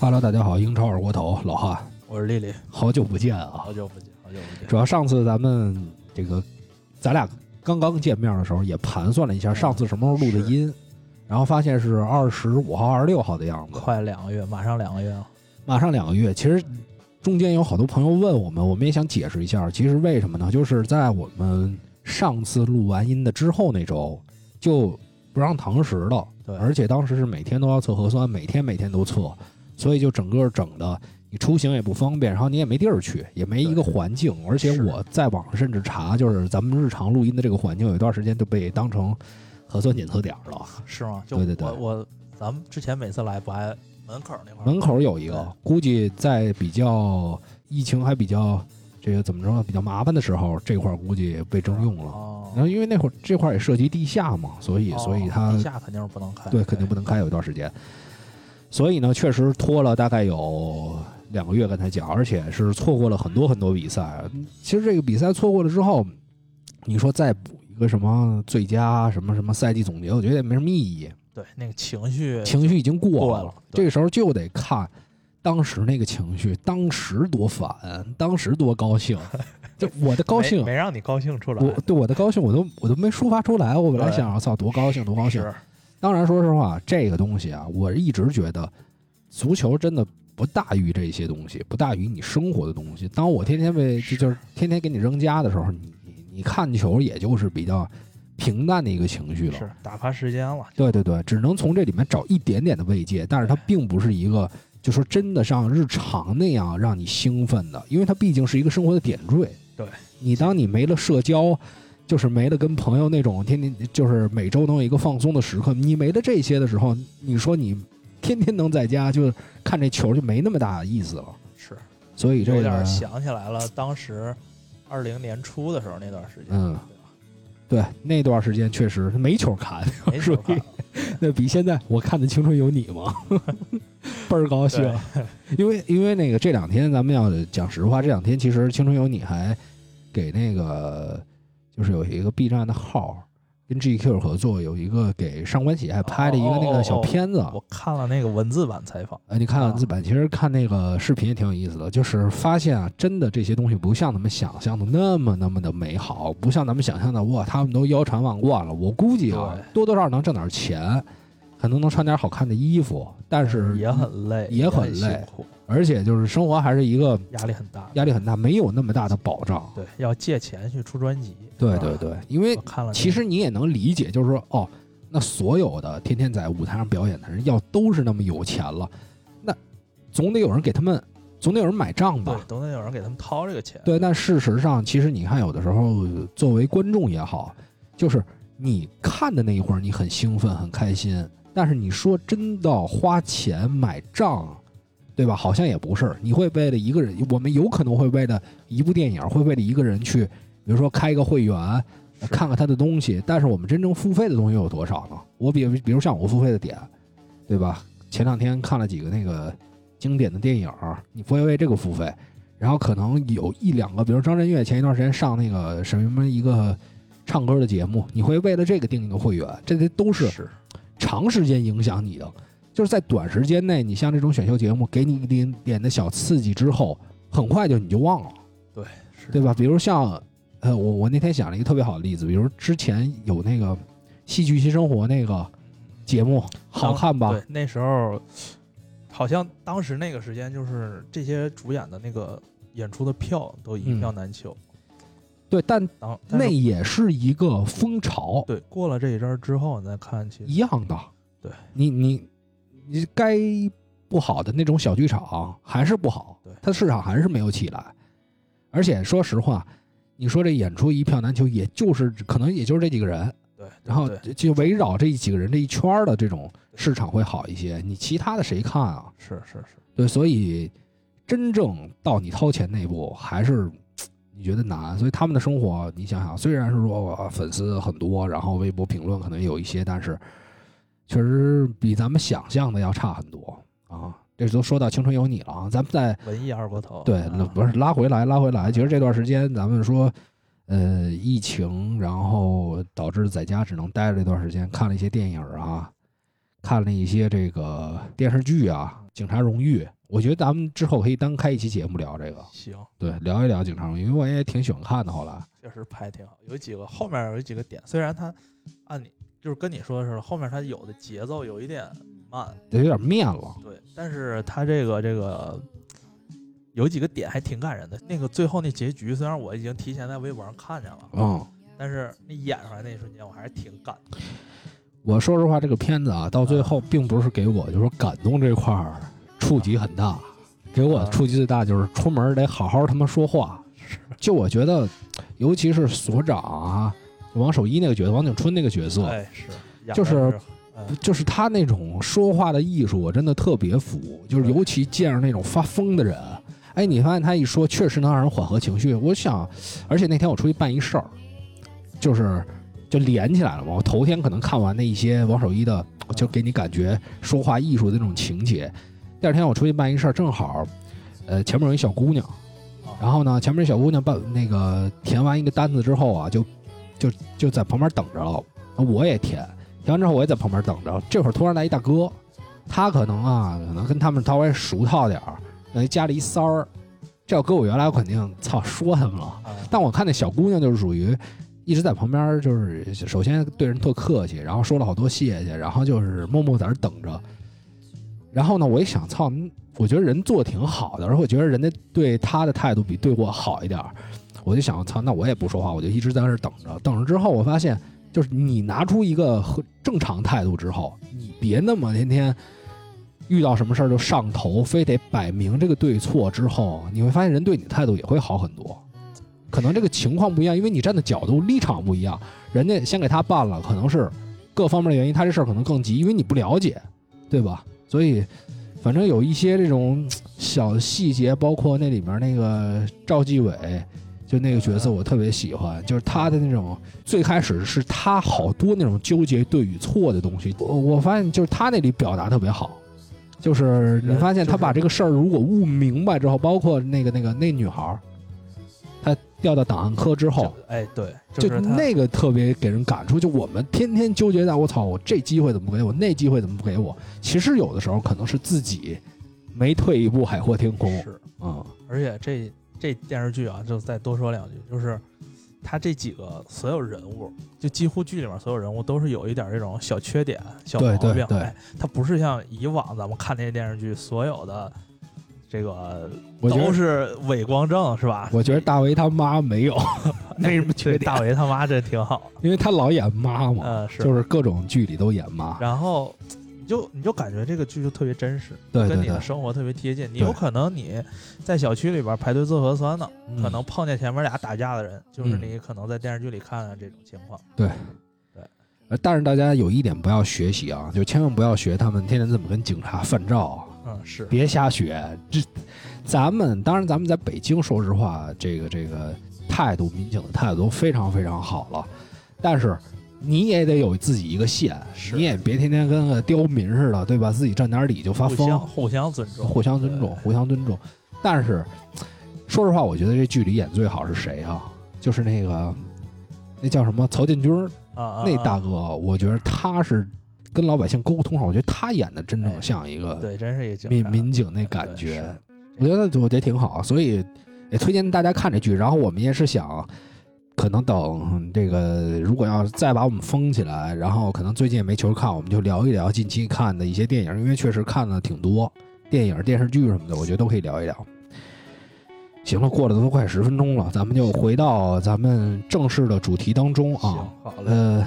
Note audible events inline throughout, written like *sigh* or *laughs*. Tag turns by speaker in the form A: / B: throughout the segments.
A: Hello，大家好，英超二锅头老哈，
B: 我是丽丽，
A: 好久不见啊！
B: 好久不见，好久不见。
A: 主要上次咱们这个，咱俩刚刚见面的时候也盘算了一下，
B: 嗯
A: 上次什么时候录的音，然后发现是二十五号、二十六号的样子，
B: 快两个月，马上两个月了。
A: 马上两个月。其实中间有好多朋友问我们，我们也想解释一下，其实为什么呢？就是在我们上次录完音的之后那周就不让堂食了，
B: 对，
A: 而且当时是每天都要测核酸，每天每天都测，所以就整个整的你出行也不方便，然后你也没地儿去，也没一个环境。而且
B: 是
A: 我在网上甚至查，就是咱们日常录音的这个环境，有一段时间就被当成核酸检测点儿了。
B: 是吗？就
A: 对对对
B: 我我咱们之前每次来不还门口那块儿
A: 门口有一
B: 对
A: 个，估计在比较疫情还比较这个怎么说呢比较麻烦的时候，这块儿估计被征用了。
B: 哦
A: 然后因为那会儿这块儿也涉及地下嘛，所以
B: 哦
A: 所以它
B: 地下肯定是不能开，
A: 对，肯定不能开
B: 嗯
A: 有一段时间。所以呢，确实拖了大概有两个月，刚才讲，而且是错过了很多很多比赛。其实这个比赛错过了之后，你说再补一个什么最佳什么什么赛季总结，我觉得也没什么意义，
B: 对那个情绪
A: 情绪已经过
B: 过
A: 了。
B: 了。
A: 这
B: 对
A: 个时候就得看当时那个情绪，当时多烦，当时多高兴。就我的高兴
B: 没，没让你高兴出来，
A: 我对我的高兴，我都我都没抒发出来。我本来
B: 对
A: 想，我操，多高兴，多高兴。
B: 是
A: 当然，说实话，这个东西啊，我一直觉得，足球真的不大于这些东西，不大于你生活的东西。当我天天被
B: 是
A: 就是天天给你扔家的时候，你你你看球也就是比较平淡的一个情绪了。
B: 是打发时间了，
A: 对对对，只能从这里面找一点点的慰藉，但是它并不是一个就说真的像日常那样让你兴奋的，因为它毕竟是一个生活的点缀。
B: 对，
A: 你当你没了社交，就是没了跟朋友那种天天就是每周能有一个放松的时刻，你没了这些的时候，你说你天天能在家就看这球就没那么大意思了。
B: 是
A: 所以这个
B: 有点想起来了，当时二零年初的时候那段时间，
A: 嗯对那段时间确实没球看， *laughs*
B: 没
A: 属
B: 说
A: 于那比现在我看的《青春有你》吗？ *laughs* 倍儿高兴，因为因为那个这两天咱们要讲实话，这两天其实《青春有你》还给那个就是有一个 B 站的号跟 GQ 合作，有一个给上官喜还拍了一个那个小
B: 哦
A: 片子。
B: 我啊看了那个文字版采访，
A: 呃，你看文字版，其实看那个视频也挺有意思的，就是发现啊，真的这些东西不像咱们想象的那么那么的美好，不像咱们想象的哇，他们都腰缠万贯了。我估计啊
B: 对，
A: 多多少少能挣点钱，可能能穿点好看的衣服，但是
B: 也很累，
A: 也很累
B: 辛苦，
A: 而且就是生活还是一个
B: 压力很大，
A: 压力很大，没有那么大的保障。
B: 对，要借钱去出专辑。
A: 对
B: 是吧
A: 对，对，因为
B: 我看了那个。
A: 其实你也能理解，就是说哦，那所有的天天在舞台上表演的人，要都是那么有钱了，那总得有人给他们，总得有人买账吧
B: 对，？都得有人给他们掏这个钱。
A: 对，但事实上，其实你看，有的时候作为观众也好，就是你看的那一会儿，你很兴奋、很开心，但是你说真到花钱买账，对吧？好像也不是，你会为了一个人，我们有可能会为了一部电影，会为了一个人去，比如说开一个会员，呃
B: 是
A: 看看他的东西，但是我们真正付费的东西有多少呢？我比比如像我付费的点，对吧？前两天看了几个那个经典的电影儿，你不会为这个付费，然后可能有一两个，比如张震岳前一段时间上那个什么一个唱歌的节目，你会为了这个订一个会员，这些都是
B: 是
A: 长时间影响你的。就是在短时间内，你像这种选秀节目，给你一点点的小刺激之后，很快就你就忘了。
B: 是，
A: 对吧？比如像，呃，我我那天想了一个特别好的例子，比如之前有那个《戏剧新生活》那个节目，好看吧？
B: 对，那时候好像当时那个时间，就是这些主演的那个演出的票都一票难求。
A: 对但
B: 当
A: 嗯
B: 但
A: 那
B: 是
A: 也是一个风潮，
B: 对过了这一阵儿之后，你再看，其实
A: 一样的。
B: 对，
A: 你你你该不好的那种小剧场还是不好
B: 对，
A: 它市场还是没有起来。而且说实话，你说这演出一票难求，也就是可能也就是这几个人，
B: 对，对
A: 然后
B: 对
A: 就就围绕这几个人这一圈儿的这种市场会好一些。你其他的谁看啊？
B: 是是是，
A: 对，所以真正到你掏钱那一步，还是嘖你觉得难。所以他们的生活，你想想，虽然是说呃粉丝很多，然后微博评论可能有一些，但是确实比咱们想象的要差很多啊。这都说到青春有你了啊，咱们再
B: 文艺二锅头。
A: 对，
B: 啊
A: 那不是拉回来，拉回来。其实这段时间咱们说，呃，疫情，然后导致在家只能待着这段时间，看了一些电影啊，看了一些这个电视剧啊，《警察荣誉》我觉得咱们之后可以单开一期节目聊这个，
B: 行，
A: 对，聊一聊警察荣誉，因为我也挺喜欢看的。后来，
B: 确实拍得挺好，有几个后面有几个点，虽然它按你就是跟你说的似的，后面它有的节奏有一点慢，
A: 得有点面了。
B: 对，但是它这个这个有几个点还挺感人的。那个最后那结局，虽然我已经提前在微博上看见了，
A: 嗯，
B: 但是那演出来那一瞬间，我还是挺感动。
A: 我说实话，这个片子啊，到最后并不是给我就是说感动这块儿触及很大，给我触及最大就是出门得好好他妈说话。就我觉得，尤其是所长啊，王守一那个角色，王景春那个角色，
B: 哎，是，演
A: 就
B: 的
A: 是
B: 是嗯
A: 就是他那种说话的艺术，我真的特别服。就是
B: 对
A: 尤其见着那种发疯的人，哎，你发现他一说，确实能让人缓和情绪。我想，而且那天我出去办一事儿，就是就连起来了嘛。我头天可能看完那一些王守一的，就给你感觉说话艺术的那种情节。第二天我出去办一事儿，正好，呃，前面有一小姑娘，
B: 啊
A: 然后呢，前面这小姑娘办那个填完一个单子之后啊，就就就在旁边等着了。我也填，填完之后我也在旁边等着。这会儿突然来一大哥，他可能啊，可能跟他们稍微熟套点儿，等于家里一三儿。这要搁我原来，我肯定操说他们了。
B: 啊
A: 但我看那小姑娘就是属于一直在旁边，就是首先对人特客气，然后说了好多谢谢，然后就是默默在那儿等着。然后呢，我一想，操，我觉得人做挺好的，而且我觉得人家对他的态度比对我好一点儿，我就想，操，那我也不说话，我就一直在那儿等着。等着之后，我发现，就是你拿出一个和正常态度之后，你别那么天天遇到什么事儿就上头，非得摆明这个对错之后，你会发现人对你的态度也会好很多。可能这个情况不一样，因为你站的角度立场不一样，人家先给他办了，可能是各方面的原因，他这事儿可能更急，因为你不了解，对吧？所以，反正有一些这种小细节，包括那里面那个赵继伟，就那个角色，我特别喜欢，就是他的那种最开始是他好多那种纠结对与错的东西，我我发现就是他那里表达特别好。就是你发现他把这个事儿如果悟明白之后，包括那个那个那女孩儿，她调到档案科之后，
B: 就哎，对，
A: 就是
B: 他
A: 那个特别给人感触，就我们天天纠结在我操，我这机会怎么不给我，那机会怎么不给我？其实有的时候可能是自己没退一步，海阔天空
B: 是
A: 啊、
B: 而且这这电视剧啊，就再多说两句，就是他这几个所有人物，就几乎剧里面所有人物都是有一点这种小缺点、小毛
A: 对
B: 病。
A: 对对
B: 哎，他不是像以往咱们看那些电视剧，所有的这个
A: 我觉
B: 都
A: 得，
B: 是伪光正，是吧？
A: 我觉得大为他妈没
B: *laughs*
A: 有没什么缺
B: 对
A: 点，
B: 大为他妈这挺好。
A: 因为他老演妈嘛，
B: 嗯是
A: 就是各种剧里都演妈。
B: 然后你就你就感觉这个剧就特别真实，
A: 对对
B: 跟你
A: 对
B: 的，生活特别贴近。你
A: 对
B: 有可能你在小区里边排队做核酸呢，
A: 嗯
B: 可能碰见前面俩打架的人，就是
A: 嗯
B: 你可能在电视剧里看的这种情况。
A: 呃但是大家有一点不要学习啊，就千万不要学他们天天怎么跟警察犯照，啊
B: 嗯，是
A: 别瞎学。这咱们当然，咱们在北京，说实话，这个这个态度，民警的态度都非常非常好了。但是你也得有自己一个线，
B: 是
A: 你也别天天跟个刁民似的，对吧？自己占点理就发
B: 互相
A: 疯，
B: 互相尊重，
A: 互相尊重，互相尊重。但是说实话，我觉得这剧里演最好是谁啊？就是那个那叫什么曹建军儿
B: 啊啊，
A: 那
B: 啊
A: 大哥，我觉得他是跟老百姓沟通上，我觉得他演的真正
B: 哎
A: 像一个
B: 对，真是一警
A: 民
B: 察
A: 民警那
B: 对
A: 感觉
B: 是，
A: 我觉得我觉得挺好，所以也推荐大家看这剧。然后我们也是想，可能等这个如果要再把我们封起来，然后可能最近也没球看，我们就聊一聊近期看的一些电影，因为确实看了挺多电影、电视剧什么的，我觉得都可以聊一聊。行了，过了都快十分钟了，咱们就回到咱们正式的主题当中啊。
B: 行好嘞，
A: 呃，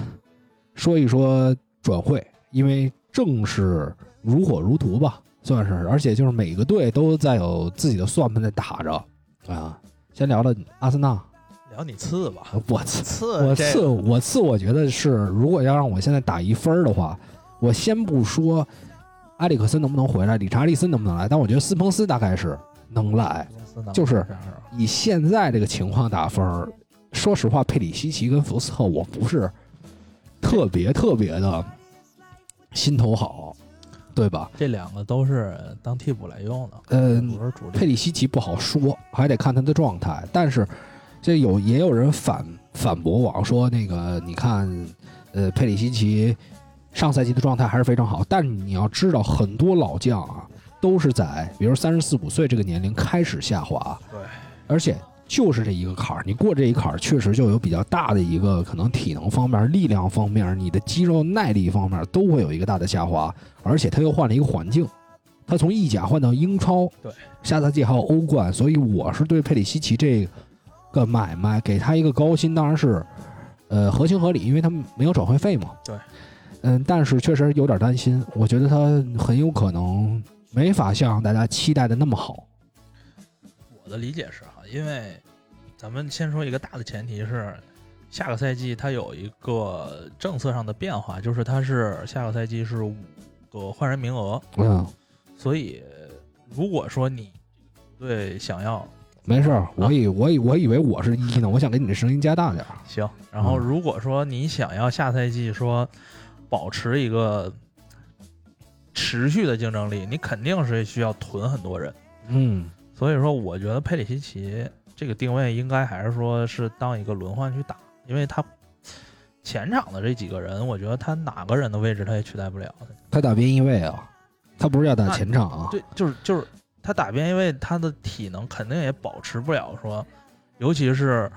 A: 说一说转会，因为正是如火如荼吧，算是，而且就是每个队都在有自己的算盘在打着啊。先聊聊阿森纳，
B: 聊你次吧，
A: 我次
B: 次
A: 我
B: 呃这
A: 次我次，我觉得是，如果要让我现在打一分儿的话，我先不说埃里克森能不能回来，理查利森能不能来，但我觉得斯彭斯大概是能来。
B: 公司呢
A: 就是
B: 这样吧
A: 以现在这个情况打分儿，说实话，佩里西奇跟福斯特，我不是特别特别的心头好，对吧？
B: 这两个都是当替补来用的，
A: 嗯
B: 不是主
A: 佩
B: 力。
A: 里西奇不好说，还得看他的状态。但是这有也有人反反驳我说，那个你看，呃，佩里西奇上赛季的状态还是非常好，但是你要知道，很多老将啊，都是在比如三十四五岁这个年龄开始下滑，
B: 对，
A: 而且就是这一个坎儿，你过这一坎儿，确实就有比较大的一个可能体能方面、力量方面、你的肌肉耐力方面都会有一个大的下滑，而且他又换了一个环境，他从意甲换到英超，
B: 对，
A: 下赛季还有欧冠，所以我是对佩里西奇这个买卖给他一个高薪，当然是呃合情合理，因为他们没有转会费嘛，
B: 对，
A: 嗯，但是确实有点担心，我觉得他很有可能没法像大家期待的那么好，
B: 我的理解是哈，因为咱们先说一个大的前提是，下个赛季它有一个政策上的变化，就是它是下个赛季是五个换人名额，
A: 嗯。
B: 所以如果说你对想要
A: 没事儿，我以我以我以为我是一呢，我想给你的声音加大点儿。
B: 行，然后
A: 嗯
B: 如果说你想要下赛季说保持一个持续的竞争力，你肯定是需要囤很多人。
A: 嗯，
B: 所以说，我觉得佩里西奇这个定位应该还是说是当一个轮换去打，因为他前场的这几个人，我觉得他哪个人的位置他也取代不了。
A: 他打边翼位啊，他不是要打前场啊。
B: 对，就是就是他打边，因为他的体能肯定也保持不了说，尤其是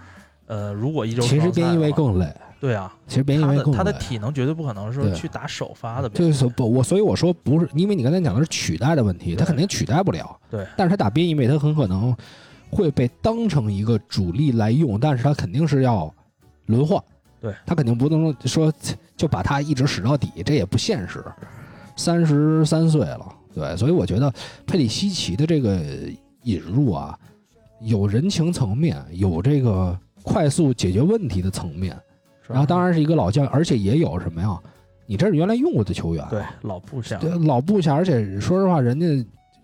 B: 呃，如果一周
A: 其实
B: 双赛
A: 边翼位
B: 的话
A: 更累，
B: 对啊，
A: 其实边翼
B: 他
A: 位
B: 的
A: 更累。
B: 他的体能绝对不可能说
A: 对
B: 去打首发的边
A: 就
B: 位，
A: 是说不我，所以我说不是，因为你刚才讲的是取代的问题，
B: 对
A: 他肯定取代不了。
B: 对，
A: 但是他打边翼位，他很可能会被当成一个主力来用，但是他肯定是要轮换。
B: 对，
A: 他肯定不能说就把他一直使到底，这也不现实。三十三岁了，对，所以我觉得佩里西奇的这个引入啊，有人情层面，有这个快速解决问题的层面，
B: 是吧
A: 然后当然是一个老将，而且也有什么呀？你这是原来用过的球员，
B: 对老部下
A: 对老部下，而且说实话，人家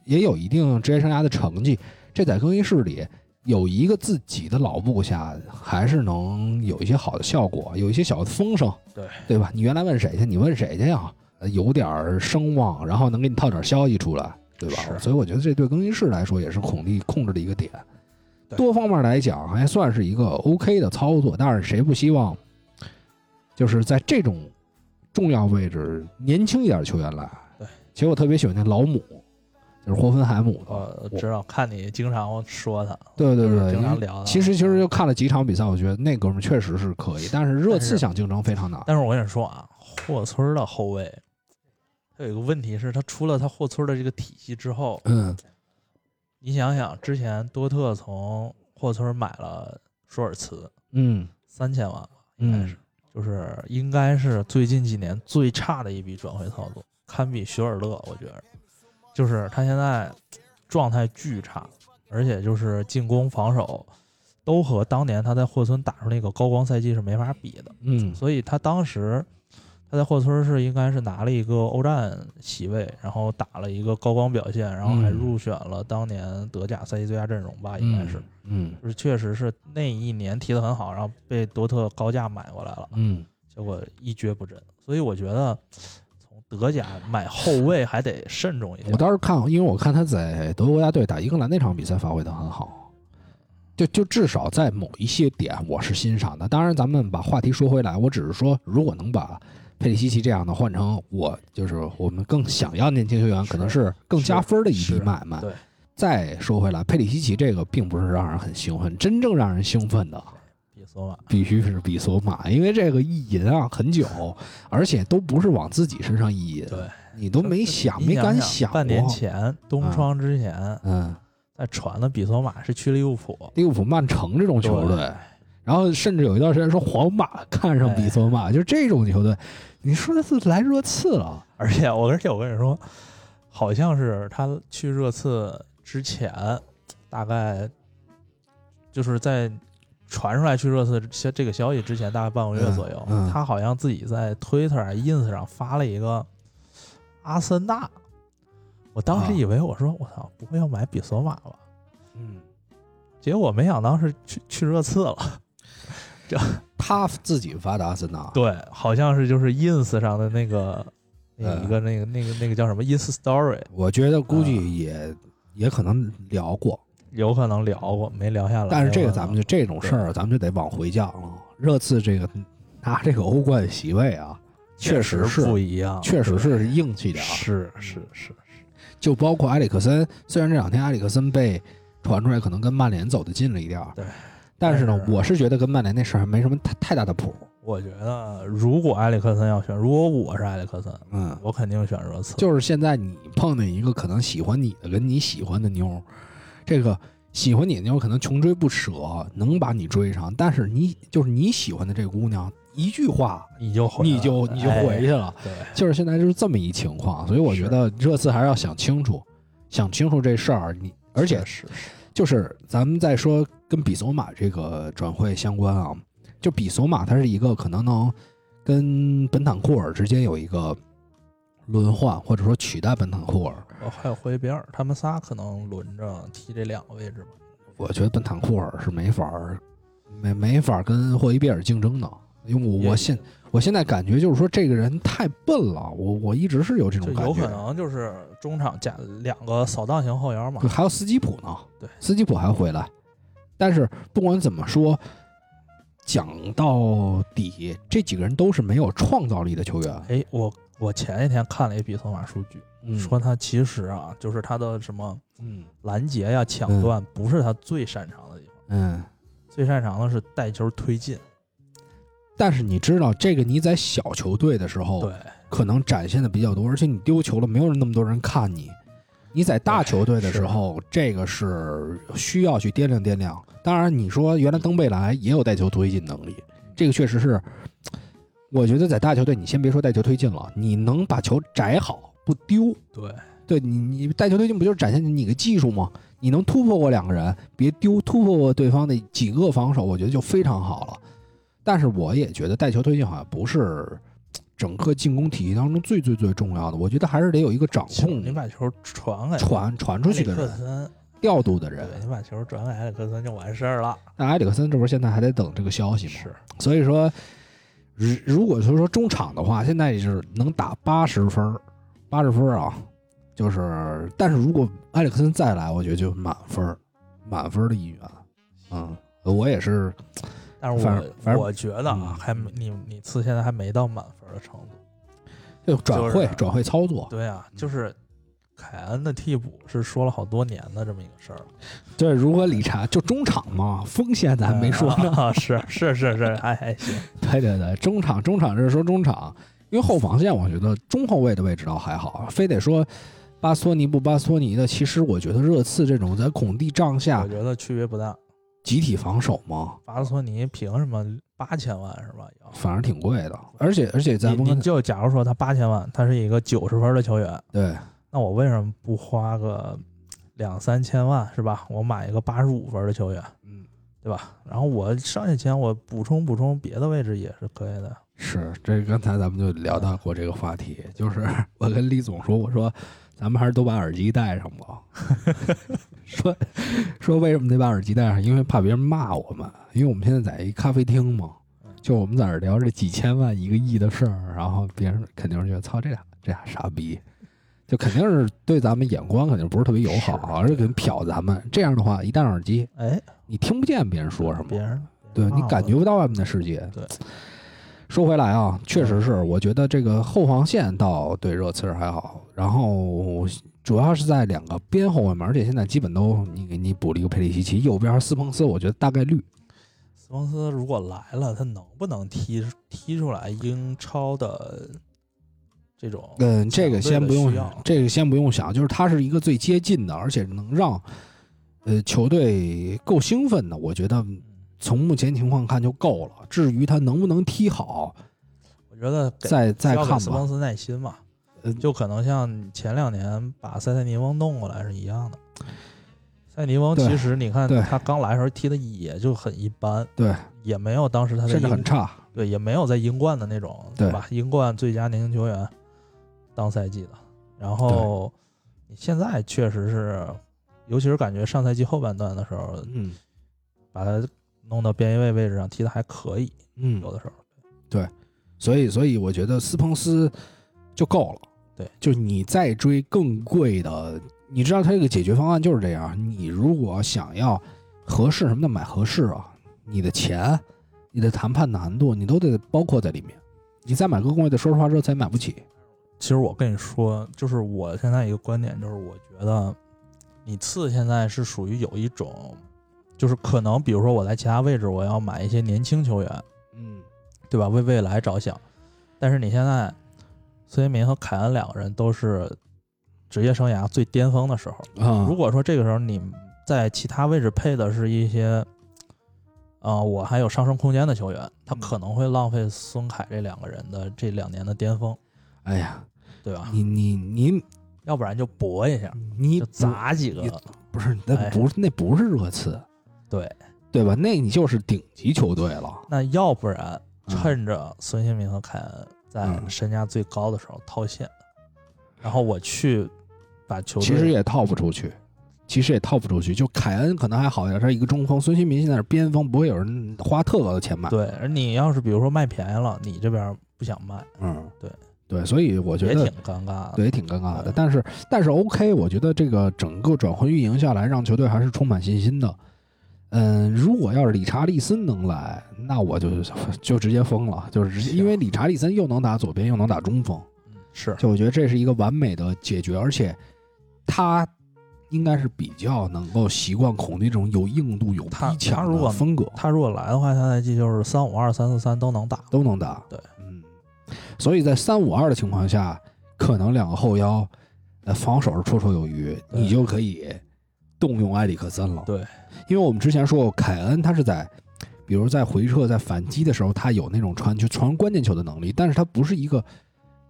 A: 也有一定职业生涯的成绩，这在更衣室里有一个自己的老部下，还是能有一些好的效果，有一些小的风声，
B: 对
A: 对吧？你原来问谁去？你问谁去呀？呃有点儿声望，然后能给你套点消息出来，对吧？
B: 是
A: 所以我觉得这对更衣室来说也是孔蒂控制的一个点。
B: 对
A: 多方面来讲，还算是一个 OK 的操作。但是谁不希望，就是在这种重要位置年轻一点的球员来？
B: 对，
A: 其实我特别喜欢那老姆，就是霍芬海姆的。
B: 呃，知道看你经常说他，
A: 对对
B: 就是
A: 对，
B: 经
A: 因为
B: 常聊啊他。
A: 其实其实就看了几场比赛，我觉得那哥们儿确实是可以，但是热刺想竞争非常难。
B: 但是我跟你说啊，霍村儿的后卫，他有一个问题是，他出了他霍村儿的这个体系之后，
A: 嗯，
B: 你想想，之前多特从霍村儿买了舒尔茨
A: 嗯
B: 三千万吧，应该
A: 嗯
B: 是，就是应该是最近几年最差的一笔转会操作，堪比许尔勒，我觉得，就是他现在状态巨差，而且就是进攻防守都和当年他在霍村打出那个高光赛季是没法比的。
A: 嗯
B: 所以他当时他在霍村是应该是拿了一个欧战席位，然后打了一个高光表现，然后
A: 嗯
B: 还入选了当年德甲赛季最佳阵容吧，应该是，
A: 嗯
B: 就是确实是那一年踢得很好，然后被多特高价买过来了，
A: 嗯，
B: 结果一蹶不振。所以我觉得从德甲买
A: *laughs*
B: 后卫还得慎重一
A: 我
B: 点。
A: 当时看，因为我看他在德国国家队打英格兰那场比赛发挥的很好，就就至少在某一些点我是欣赏的。当然，咱们把话题说回来，我只是说，如果能把佩里西奇这样的换成我，就是我们更想要年轻球员，
B: 是
A: 可能是更加分的一笔
B: 是
A: 买卖。
B: 对，
A: 再说回来，佩里西奇这个并不是让人很兴奋，真正让人兴奋的
B: 比索马
A: 必须是比索马，因为这个意淫啊很久，而且都不是往自己身上意淫，
B: 对，
A: 你呃都没
B: 你
A: 想，
B: 你
A: 没敢
B: 想
A: 过。啊
B: 半年前冬窗之前，
A: 嗯，
B: 在传的比索马是去利物浦，
A: 利物浦、曼城这种球队，然后甚至有一段时间说皇马 *laughs* 看上比索马，就这种球队，你说的是来热刺了？
B: 而且我而且我跟你说，好像是他去热刺之前，大概就是在传出来去热刺消这个消息之前，大概半个月左右，
A: 嗯嗯
B: 他好像自己在 Twitter、Ins 啊上发了一个阿森纳。我当
A: 啊
B: 时以为我说我操，不会要买比索马吧？
A: 嗯，
B: 结果没想到是去去热刺了。
A: 他自己发的阿森纳，
B: 对，好像是就是 Ins 上的那个那
A: 嗯
B: 一个那个那个那个叫什么 Ins Story，
A: 我觉得估计也、也可能嗯聊过，
B: 有可能聊过，没聊下来。
A: 但是这
B: 有
A: 个
B: 可能
A: 咱们就这种事儿，咱们就得往回讲了。热刺这个拿这个欧冠席位啊，确实是
B: 不一样，
A: 确实是硬气
B: 对
A: 点儿。嗯
B: 是是是，
A: 就包括埃里克森，虽然这两天埃里克森被传出来可能跟曼联走得近了一点儿，
B: 对，
A: 但是呢
B: 但，是
A: 我是觉得跟曼联那事儿没什么太太大的谱，
B: 我觉得如果埃里克森要选，如果我是埃里克森，
A: 嗯，
B: 我肯定选热刺。
A: 就是现在你碰见一个可能喜欢你的跟你喜欢的妞儿，这个喜欢你的妞儿可能穷追不舍，能把你追上，但是你就是你喜欢的这姑娘，一句话
B: 你就回来了
A: 你就你就回去了，
B: 哎对，
A: 就是现在就是这么一情况，所以我觉得热刺还是要想清楚，想清楚这事儿，你 *laughs* 而且
B: 是
A: 就是咱们再说跟比索马这个转会相关啊，就比索马他是一个可能能跟本坦库尔之间有一个轮换，或者说取代本坦库尔。
B: 我还有灰比尔，他们仨可能轮着踢这两个位置吧。
A: 我觉得本坦库尔是没法儿没没法儿跟霍伊比尔竞争的，因为我我现我现在感觉就是说这个人太笨了，我我一直是有这
B: 就
A: 种感
B: 有可
A: 觉。
B: 能就是中场加两个扫荡型后腰嘛。
A: 还有斯基普呢，
B: 对，
A: 斯基普还回来，但是不管怎么说。讲到底，这几个人都是没有创造力的球员。
B: 哎，我我前一天看了一比索马数据，
A: 嗯
B: 说他其实啊，就是他的什么
A: 嗯
B: 拦截呀、抢断，不是他最擅长的地方，
A: 嗯，
B: 最擅长的是带球推进。
A: 但是你知道，这个你在小球队的时候，
B: 对，
A: 可能展现的比较多，而且你丢球了，没有人那么多人看你。你在大球队的时候，这个是需要去掂量掂量。当然，你说原来登贝莱也有带球推进能力，这个确实是，我觉得在大球队，你先别说带球推进了，你能把球摘好不丢，
B: 对，
A: 对你，你带球推进不就是展现你的技术吗？你能突破过两个人，别丢突破过对方的几个防守，我觉得就非常好了。但是我也觉得带球推进好像不是整个进攻体系当中最最最重要的，我觉得还是得有一个掌
B: 其实
A: 控
B: 你、把球传给
A: 传传出去的
B: 埃里克
A: 人、
B: 森，
A: 调度的人。
B: 对，你把球转给埃里克森就完事儿了。
A: 那埃里克森这不是现在还得等这个消息吗？
B: 是，
A: 所以说，如如果说说中场的话，现在就是能打八十分，八十分儿啊，就是，但是如果埃里克森再来，我觉得就满分儿，满分儿的一员。嗯，我也是，
B: 但是
A: 反正反
B: 我
A: 正
B: 我觉得啊，
A: 嗯
B: 还没你你次现在还没到满分的程度。
A: 就转会、
B: 就是
A: 转会操作，
B: 对啊，就是凯恩的替补是说了好多年的这么一个事儿了。
A: 就是如果理查就中场嘛，锋线咱没说呢。
B: 啊， *laughs* 是是是是，哎哎行，
A: *laughs* 对对对，中场中场这是说中场，因为后防线我觉得中后卫的位置倒还好，非得说巴索尼不巴索尼的，其实我觉得热刺这种在孔蒂帐下
B: 我觉得区别不大。
A: 集体防守嘛，
B: 巴索尼凭什么八千万是吧？要
A: 反正挺贵的，而且而且咱们
B: 你
A: 跟
B: 你就假如说他八千万，他是一个九十分的球员，
A: 对
B: 那我为什么不花个两三千万是吧？我买一个八十五分的球员，
A: 嗯，
B: 对吧？然后我剩下钱我补充补充别的位置也是可以的。
A: 是这刚才咱们就聊到过这个话题，就是 *laughs* 我跟李总说，我说咱们还是都把耳机戴上吧， *laughs* 说说为什么得把耳机戴上，因为怕别人骂我们，因为我们现在在一咖啡厅嘛，
B: 嗯
A: 就我们在这儿聊这几千万一个亿的事儿，然后别人肯定是觉得操这俩这俩傻逼。就肯定是对咱们眼光肯定不是特别友好，
B: 是
A: 而且肯定瞟咱们。这样的话，一戴上耳机，
B: 哎，
A: 你听不见别啊人说什么
B: 别，人
A: 对你
B: 骂我
A: 感觉不到外面的世界。
B: 对，
A: 说回来啊，确实是，我觉得这个后防线倒对热刺还好，然后主要是在两个边后卫嘛，而且现在基本都你给你补了一个佩里西奇，右边斯彭斯，我觉得大概率
B: 斯彭斯如果来了，他能不能踢踢出来英超的这种？
A: 嗯，这个先不用
B: 强队的需要，
A: 这个先不用想，就是他是一个最接近的，而且能让呃球队够兴奋的，我觉得从目前情况看就够了。至于他能不能踢好，
B: 我觉得给
A: 再再
B: 需要给
A: 看
B: 斯
A: 吧
B: 彭。斯耐心嘛
A: 呃，
B: 就可能像前两年把塞塞尼翁弄过来是一样的。塞尼翁
A: 对
B: 其实你看
A: 对
B: 他刚来的时候踢的也就很一般，
A: 对，
B: 也没有当时他在
A: 甚至很
B: 英
A: 差，
B: 对也没有在英冠的那种
A: 对
B: 吧？英冠最佳年轻球员当赛季的，然后你现在确实是，尤其是感觉上赛季后半段的时候，
A: 嗯
B: 把他弄到边翼位位置上踢的还可以，
A: 嗯
B: 有的时候。
A: 所以，所以我觉得斯彭斯就够了。
B: 对，
A: 就是你再追更贵的，你知道他这个解决方案就是这样。你如果想要合适什么的买合适啊，你的钱、你的谈判难度，你都得包括在里面。你再买个工位的，说实话，热刺也买不起。
B: 其实我跟你说，就是我现在一个观点，就是我觉得你次现在是属于有一种，就是可能比如说我在其他位置我要买一些年轻球员，
A: 嗯，
B: 对吧？为未来着想，但是你现在孙兴民和凯恩两个人都是职业生涯最巅峰的时候，
A: 啊
B: 如果说这个时候你在其他位置配的是一些，呃，我还有上升空间的球员，他
A: 嗯
B: 可能会浪费孙凯这两个人的这两年的巅峰，
A: 哎呀，
B: 对吧？
A: 你你你
B: 要不然就搏一下，
A: 你
B: 就嗯砸几个
A: 你，不是那
B: 哎
A: 不是那不是热刺，
B: 对。
A: 对吧？那你就是顶级球队了，
B: 那要不然
A: 嗯
B: 趁着孙兴民和凯恩在
A: 嗯
B: 身价最高的时候套现，然后我去把球队
A: 其实也套不出去，其实也套不出去。就凯恩可能还好一点，他是一个中锋，孙兴民现在是边锋，不会有人花特高的钱买。
B: 对，而你要是比如说卖便宜了，你这边不想卖，
A: 嗯，
B: 对
A: 对，所以我觉
B: 也挺
A: 得
B: 尴尬的。
A: 对，也挺尴尬的
B: 嗯。
A: 但是但是 OK，我觉得这个整个转会运营下来，让球队还是充满信心的。嗯，如果要是理查利森能来，那我就就直接疯了，就是直接，
B: 行
A: 因为理查利森又能打左边，又能打中锋，
B: 嗯是
A: 就我觉得这是一个完美的解决，而且他应该是比较能够习惯孔蒂这种有硬度、有
B: 他
A: 逼
B: 他
A: 抢
B: 如
A: 的
B: 果
A: 风格，
B: 他如果来的话，他赛季就是三五二、三四三都能打。
A: 都能打。
B: 对，
A: 嗯，所以在三五二的情况下，可能两个后腰，呃，防守是绰绰有余，
B: 对
A: 你就可以动用埃里克森了。
B: 对，
A: 因为我们之前说过，凯恩他是在，比如在回撤、在反击的时候，他有那种传球、传关键球的能力，但是他不是一个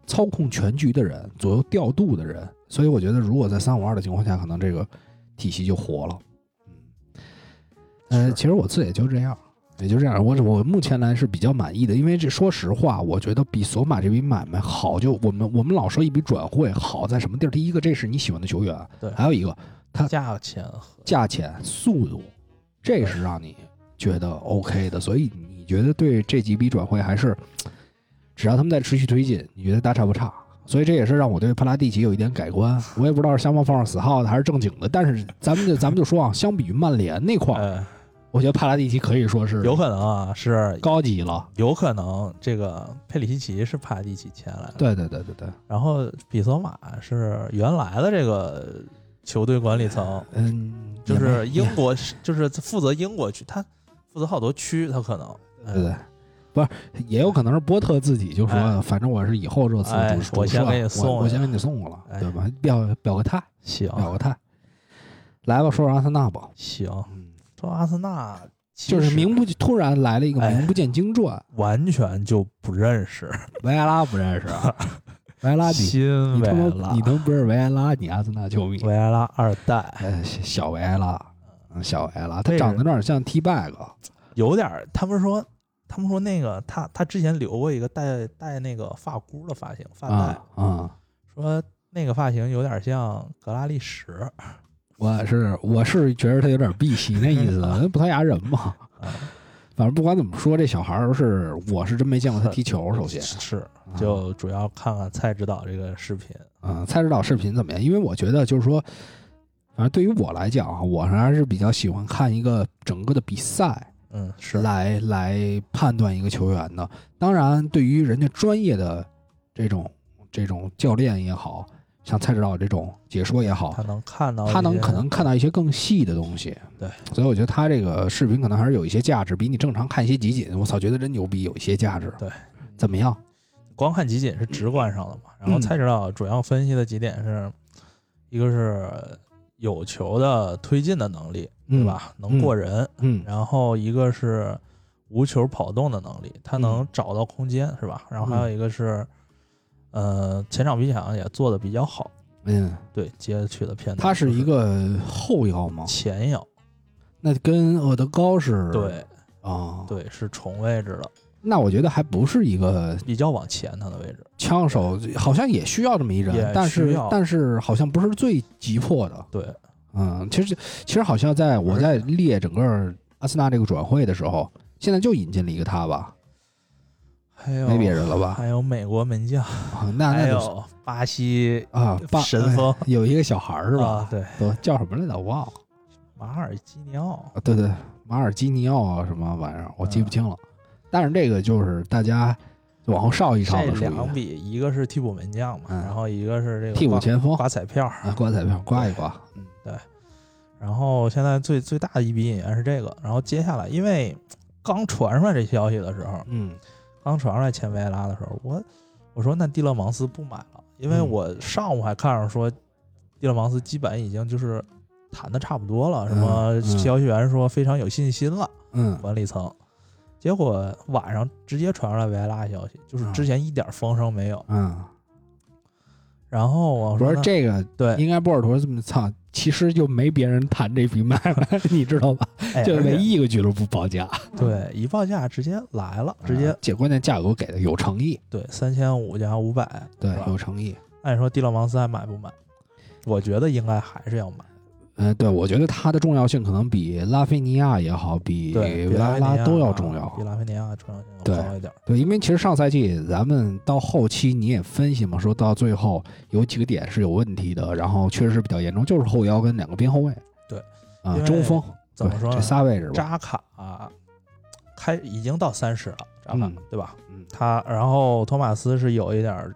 A: 操控全局的人、左右调度的人，所以我觉得如果在三五二的情况下，可能这个体系就活了。嗯，呃，
B: 是
A: 其实我自己也就这样，也就这样。我我目前来是比较满意的，因为这说实话，我觉得比索马这笔买卖好就，我们我们老说一笔转会好在什么地儿？第一个，这是你喜欢的球员；
B: 对
A: 还有一个他
B: 价钱和
A: 价钱、速度，这是让你觉得 OK 的。所以你觉得对这几笔转会还是，只要他们在持续推进，你觉得大差不差。所以这也是让我对帕拉蒂奇有一点改观。我也不知道是相貌放上死耗的还是正经的，但是咱们就咱们就说啊，相比于曼联那块儿，
B: 呃，
A: 我觉得帕拉蒂奇可以说是
B: 有可能啊，是
A: 高级了。
B: 有可能这个佩里西奇是帕蒂奇签来的，
A: 对对对对对，
B: 然后比索马是原来的这个球队管理
A: *laughs*
B: 层，
A: 嗯，
B: 就
A: 也没
B: 是英国，就是负责英国区，他负责好多区，他可能。
A: 对对对，不是，也有可能是波特自己就说，
B: 哎
A: 反正我是以后热刺
B: 哎
A: 主主
B: 我先
A: 帅
B: 给你送
A: 我我
B: 了
A: 先给你送过了，
B: 哎
A: 对吧？表表个态，
B: 行
A: 表个态。来吧，说说阿森纳吧。
B: 行，
A: 嗯，
B: 说阿森纳其
A: 就是
B: 实
A: 名不突然来了一个
B: 哎
A: 名不见经传，
B: 完全就不认识
A: 维埃拉不认识啊， *laughs* 维埃拉你
B: 新
A: 你
B: 维
A: 他
B: 埃
A: 妈
B: 拉
A: 你，能不是维埃拉，你阿森纳球迷？
B: 维埃拉二代
A: 哎，小小维埃拉，嗯小维埃拉，他
B: 这
A: 长
B: 是
A: 得有点像 T bag，
B: 有点儿，他们说他们说那个他他之前留过一个带带那个发箍的发型发带，
A: 啊啊！
B: 说那个发型有点像格拉利什，
A: 我是我是觉得他有点碧玺那意思，那葡萄牙人嘛。
B: 啊，
A: 反正不管怎么说，这小孩儿是我是真没见过他踢球。首先，
B: 是 *laughs*
A: 啊
B: 就主要看看蔡指导这个视频，
A: 嗯，蔡指导视频怎么样？因为我觉得就是说，反正对于我来讲啊，我还是比较喜欢看一个整个的比赛
B: 嗯，是
A: 来来判断一个球员的。当然，对于人家专业的这种这种教练也好，像蔡指导这种解说也好
B: 他，能看到
A: 他能
B: 一些
A: 可能看到一些更细的东西。
B: 对，
A: 所以我觉得他这个视频可能还是有一些价值，比你正常看一些集锦，我操，觉得真牛逼，有一些价值。
B: 对，
A: 怎么样？
B: 光看集锦是直观上的嘛，然后
A: 嗯
B: 蔡指导主要分析的几点是，一个是有球的推进的能力，对
A: 嗯？
B: 吧？能过人，
A: 嗯
B: 然后一个是无球跑动的能力，他
A: 嗯
B: 能找到空间，是吧？然后还有一个是，呃，前场逼抢也做的比较好，
A: 嗯，
B: 对，截取的片段，
A: 他是一个后腰吗？
B: 前腰，
A: 那跟厄德高是？
B: 对
A: 啊，。
B: 对，是重位置的，
A: 那我觉得还不是一个
B: 比较往前他的位置，
A: 枪手，好像也需要这么一
B: 也
A: 人，但
B: 需
A: 是
B: 要
A: 但是好像不是最急迫的。
B: 对，
A: 嗯，其实其实好像在我在列整个阿森纳这个转会的时候，现在就引进了一个他吧，
B: 还有
A: 没别人了吧？
B: *laughs* 还有美国门将，
A: 啊那
B: 还
A: 那就是
B: 有巴西
A: 啊，巴
B: 哎神锋
A: 哎有一个小孩儿是吧
B: 啊？对，
A: 都叫什么来着？我忘了。
B: 马尔基尼奥，
A: 啊，对对，马尔基尼奥啊什么玩意儿，我记不清了。但是这个就是大家就往后稍一稍
B: 这
A: 的属于
B: 两笔，一个是替补门将嘛，
A: 嗯
B: 然后一个是这个
A: 替补
B: 挂
A: 前锋
B: 刮彩票，
A: 啊，刮彩票刮一刮，嗯
B: 然后现在最最大的一笔引援是这个，然后接下来因为刚传出来这消息的时候，
A: 嗯
B: 刚传出来前维埃拉的时候，我我说那蒂勒芒斯不买了，因为
A: 嗯
B: 我上午还看着说蒂勒芒斯基本已经就是谈的差不多了，什么
A: 嗯嗯
B: 消息源说非常有信心了，
A: 嗯
B: 管理层。结果晚上直接传出来维埃拉消息，就是
A: 啊
B: 之前一点风声没有。
A: 嗯，
B: 然后我
A: 不
B: 说
A: 是
B: 那
A: 这个，
B: 对，
A: 应该波尔图这么操，其实就没别人谈这笔买卖， *laughs* 你知道吧？
B: 哎
A: 这
B: 而且
A: 唯一一个俱乐部报价，
B: 对一报价直接来了，直接
A: 啊且关键价格给的有诚意，
B: 对三千五加五百，
A: 对
B: 是，吧
A: 有诚意。
B: 按说蒂勒芒斯还买不买？我觉得应该还是要买。
A: 嗯，对，我觉得它的重要性可能比拉菲尼亚也好，比
B: 对，
A: 维
B: 比
A: 拉
B: 菲尼
A: 拉
B: 亚啊
A: 都要重要。
B: 比拉菲尼亚重要性
A: 对
B: 要高一点。
A: 对，因为其实上赛季咱们到后期你也分析嘛，说到最后有几个点是有问题的，然后确实比较严重，就是后腰跟两个边后卫。
B: 对，
A: 啊、
B: 因为
A: 中锋
B: 怎么说
A: 对
B: 啊呢
A: 这？仨位置吧，
B: 扎卡开已经到三十了，扎卡、
A: 嗯
B: 对吧？
A: 嗯
B: 他然后托马斯是有一点儿，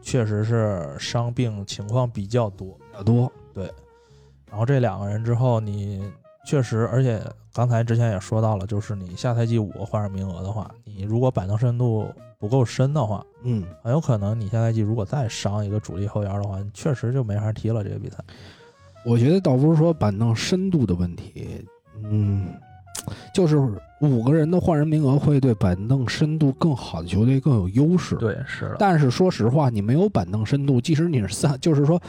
B: 确实是伤病情况比较多。
A: 比较多。
B: 然后这两个人之后，你确实，而且刚才之前也说到了，就是你下赛季五个换人名额的话，你如果板凳深度不够深的话，
A: 嗯，
B: 很有可能你下赛季如果再伤一个主力后腰的话，你确实就没法踢了这个比赛。
A: 我觉得倒不是说板凳深度的问题，嗯，就是五个人的换人名额会对板凳深度更好的球队更有优势。
B: 对，是的，
A: 但是说实话，你没有板凳深度，即使你是三，就是说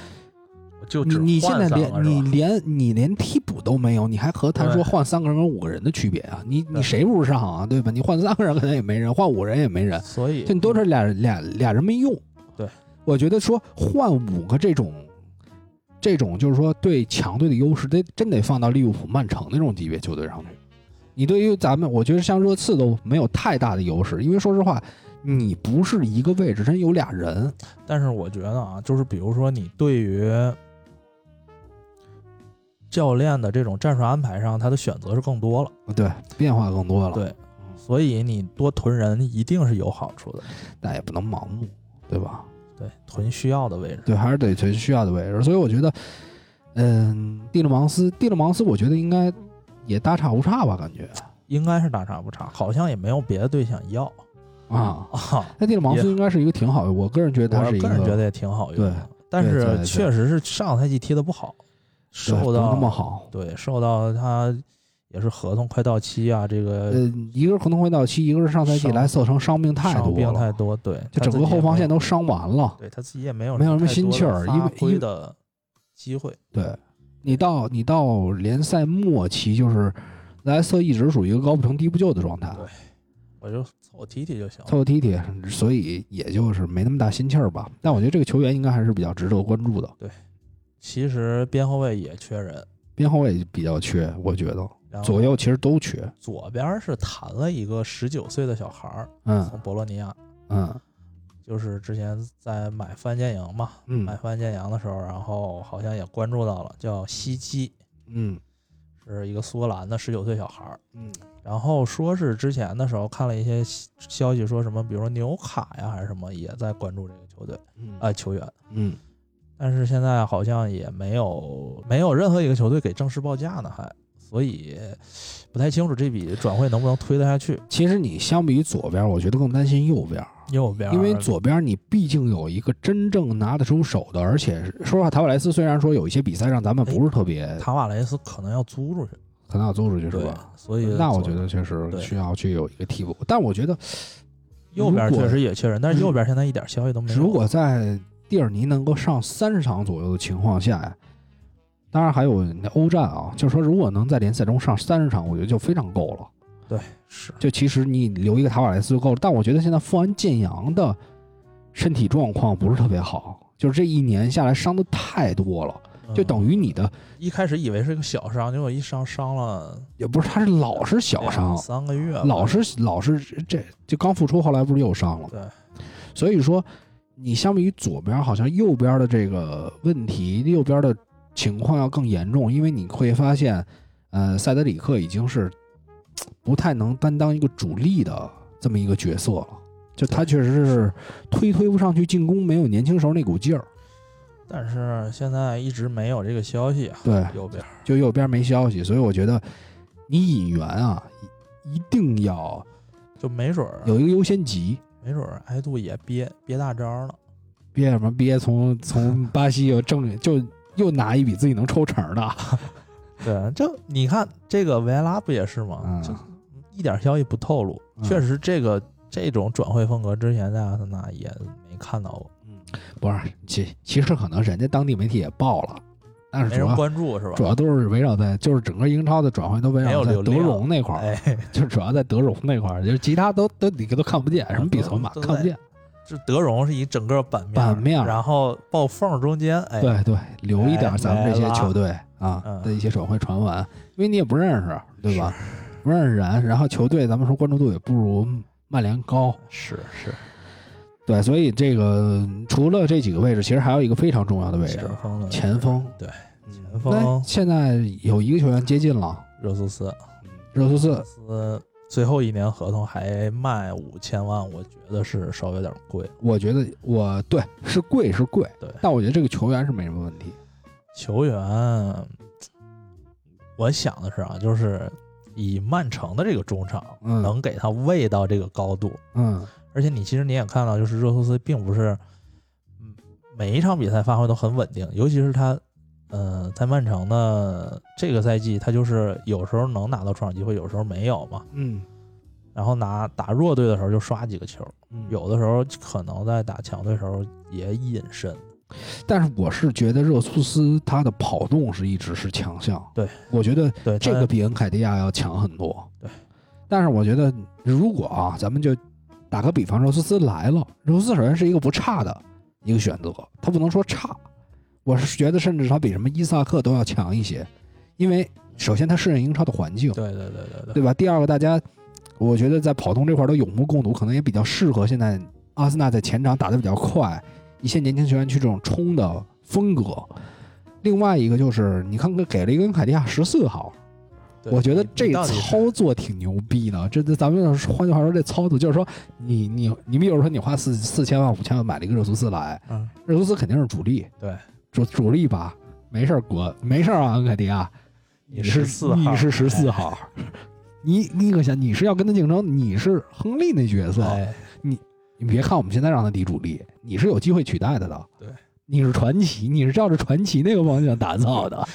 B: 就
A: 你你现在连你连你连替补都没有，你还何谈说
B: 对
A: 换三个人跟五个人的区别啊？你你
B: 对
A: 谁不是上啊？对吧？你换三个人可能也没人，换五个人也没人，
B: 所以
A: 就你都是俩俩俩人没用。
B: 对，
A: 我觉得说换五个这种。这种就是说对强队的优势，得真得放到利物浦、曼城那种级别球队上去。你对于咱们，我觉得像热刺都没有太大的优势，因为说实话，你不是一个位置，真有俩人。
B: 但是我觉得啊，就是比如说你对于教练的这种战术安排上，他的选择是更多了，
A: 对，变化更多了。
B: 对，所以你多囤人一定是有好处的，
A: 但也不能盲目，对吧？
B: 对，囤需要的位置，
A: 对，还是得存需要的位置。所以我觉得，嗯，蒂勒芒斯，蒂勒芒斯，我觉得应该也大差不差吧，感觉
B: 应该是大差不差，好像也没有别的队想要
A: 啊。
B: 啊。
A: 那蒂勒芒斯
B: 也
A: 应该是一个挺好的，我个人觉得
B: 我
A: 他是一
B: 个人觉
A: *laughs* 对
B: 得也挺好用
A: 对
B: 的，但
A: 对对对
B: 是确实是上赛季踢的不好，
A: 不
B: 受
A: 是那么
B: 到
A: 好。
B: 对受到他也是合同快到期啊，这
A: 呃
B: 个，
A: 一个是合同会到期，一个是上赛季
B: 伤
A: 莱斯特城伤病太
B: 伤
A: 多
B: 病
A: 了，
B: 太多，对，
A: 就
B: 他
A: 整
B: 自
A: 个
B: 己也
A: 后防
B: 没
A: 线都伤完了。
B: 对他自己也没有
A: 没有什么
B: 太
A: 心
B: 多
A: 气
B: 的
A: 儿因
B: 发
A: 为因为
B: 挥的机会。
A: 对，你到你到联赛末期，就是莱斯特一直属于一个高不成低不就的状态。
B: 对我就凑踢踢就行了。
A: 凑凑踢踢，所以也就是没那么大心气儿吧。但我觉得这个球员应该还是比较值得关注的，
B: 其实边后卫也缺人，
A: 边后卫比较缺，我觉得
B: 然后
A: 左右其实都缺。
B: 左边是谈了一个十九岁的小孩儿，
A: 嗯
B: 从博洛尼亚，
A: 嗯
B: 就是之前在买范建阳嘛，买
A: 嗯
B: 范建阳的时候，然后好像也关注到了，叫西基，
A: 嗯
B: 是一个苏格兰的十九岁小孩儿。
A: 嗯
B: 然后说是之前的时候看了一些消消息，说什么比如说纽卡呀还是什么也在关注这个球队
A: 嗯
B: 啊、呃球员，
A: 嗯，
B: 但是现在好像也没有没有任何一个球队给正式报价呢，还所以不太清楚这笔转会能不能推得下去。
A: 其实你相比于左边，我觉得更担心右边，
B: 右边
A: 因为左边你毕竟有一个真正拿得出手的，而且说实话，塔瓦莱斯虽然说有一些比赛让咱们不是特别
B: 塔瓦雷斯可能要租出去，
A: 很好租出去是
B: 对
A: 吧？？
B: 所以
A: 那我觉
B: 左
A: 得确实
B: 对
A: 需要去有一个替补，但我觉得
B: 右边
A: 如果
B: 确实也缺人，但是右边现在一点消息都没有。
A: 如果在蒂尔尼能够上三十场左右的情况下呀，当然还有那欧战啊，就是说如果能在联赛中上三十场，我觉得就非常够了。
B: 是
A: 就其实你留一个塔瓦莱斯就够了，但我觉得现在富安健洋的身体状况不是特别好，就是这一年下来伤的太多了，就等于你的
B: 嗯一开始以为是个小伤，结果一伤伤了
A: 也不是他是老是小伤
B: 两，三个月吧，
A: 老是老是这就刚复出，后来不是又伤了。
B: 对
A: 所以说，你相比于左边，好像右边的这个问题，右边的情况要更严重，因为你会发现，呃，塞德里克已经是嘖不太能担当一个主力的这么一个角色了。就他确实是推推不上去，进攻没有年轻时候那股劲儿。
B: 但是现在一直没有这个消息啊。
A: 对，
B: 右边
A: 就右边没消息，所以我觉得你引援啊，一定要
B: 就没准儿，
A: 有一个优先级。
B: 没准儿埃杜也憋憋大招了。
A: 憋什么憋？从从巴西又挣，就又拿一笔自己能抽成的。
B: 对，这你看这个维埃拉不也是吗？
A: 嗯
B: 就一点消息不透露，
A: 嗯
B: 确实这个这种转会风格之前在阿森纳也没看到过，
A: 不是，其其实可能人家当地媒体也报了，但是
B: 没
A: 主
B: 人
A: 要
B: 关注是吧
A: 主？要都是围绕在，就是整个英超的转会都围
B: 没有
A: 绕在
B: 流
A: 德
B: 量
A: 容那块儿，
B: 哎， *laughs*
A: 就是主要在德容那块儿，就是其他都都你都看不见，什么比索马
B: 啊都都
A: 看不见。
B: 这德容是以整个版面，
A: 版面
B: 然后爆缝中间，哎，
A: 对对，留一点儿咱们这些
B: 哎
A: 球队啊
B: 嗯
A: 的一些转会传闻，因为你也不认识，对吧？不认识人，然后球队咱们说关注度也不如曼联高，
B: 是是
A: 对，所以这个除了这几个位置，其实还有一个非常重要的位置，
B: 前锋的
A: 前锋。嗯
B: 对前
A: 那
B: 锋
A: 现在有一个球员接近了，
B: 热苏斯，
A: 热苏
B: 热
A: 斯，
B: 苏斯最后一年合同还卖五千万，我觉得是稍微有点贵。
A: 我觉得我对是贵是贵，
B: 对
A: 但我觉得这个球员是没什么问题。
B: 球员，我想的是啊，就是以曼城的这个中场，
A: 嗯
B: 能给他喂到这个高度。
A: 嗯，
B: 而且你其实你也看到，就是热苏斯并不是，嗯，每一场比赛发挥都很稳定，尤其是他，呃，在曼城的这个赛季，他就是有时候能拿到出场机会，有时候没有嘛。
A: 嗯，
B: 然后拿打弱队的时候就刷几个球，
A: 嗯
B: 有的时候可能在打强队的时候也隐身。
A: 但是我是觉得热苏斯他的跑动是一直是强项。
B: 对，
A: 我觉得
B: 对，
A: 这
B: 但
A: 个比恩凯迪亚要强很多。
B: 对，
A: 但是我觉得如果啊，咱们就打个比方，热苏斯来了，热苏斯首先是一个不差的一个选择，他不能说差，我是觉得甚至他比什么伊萨克都要强一些，因为首先他适应英超的环境，
B: 对对对对对
A: 对吧？第二个，大家我觉得在跑动这块儿都有目共睹，可能也比较适合现在阿森纳在前场打得比较快，一些年轻球员去这种冲的风格。另外一个就是，你看给了一个恩凯迪亚十四号，
B: 对，
A: 我觉得
B: 你
A: 这
B: 你
A: 个
B: 到底是
A: 操作挺牛逼的。这这，咱们要是换句话说，这操作就是说，你你你比如说，你花四四千万五千万买了一个热苏斯来，
B: 嗯，
A: 热苏斯肯定是主力，
B: 对，
A: 主主力吧，没事儿滚，没事儿啊，恩凯迪亚，
B: 你
A: 是
B: 14号哎
A: 你是十四号， *laughs* 你你可想，你是要跟他竞争，你是亨利那角色，
B: 哎，
A: 你别看我们现在让他立主力，你是有机会取代他的，
B: 对，
A: 你是传奇，你是照着传奇那个方向打造
B: *laughs*
A: 的，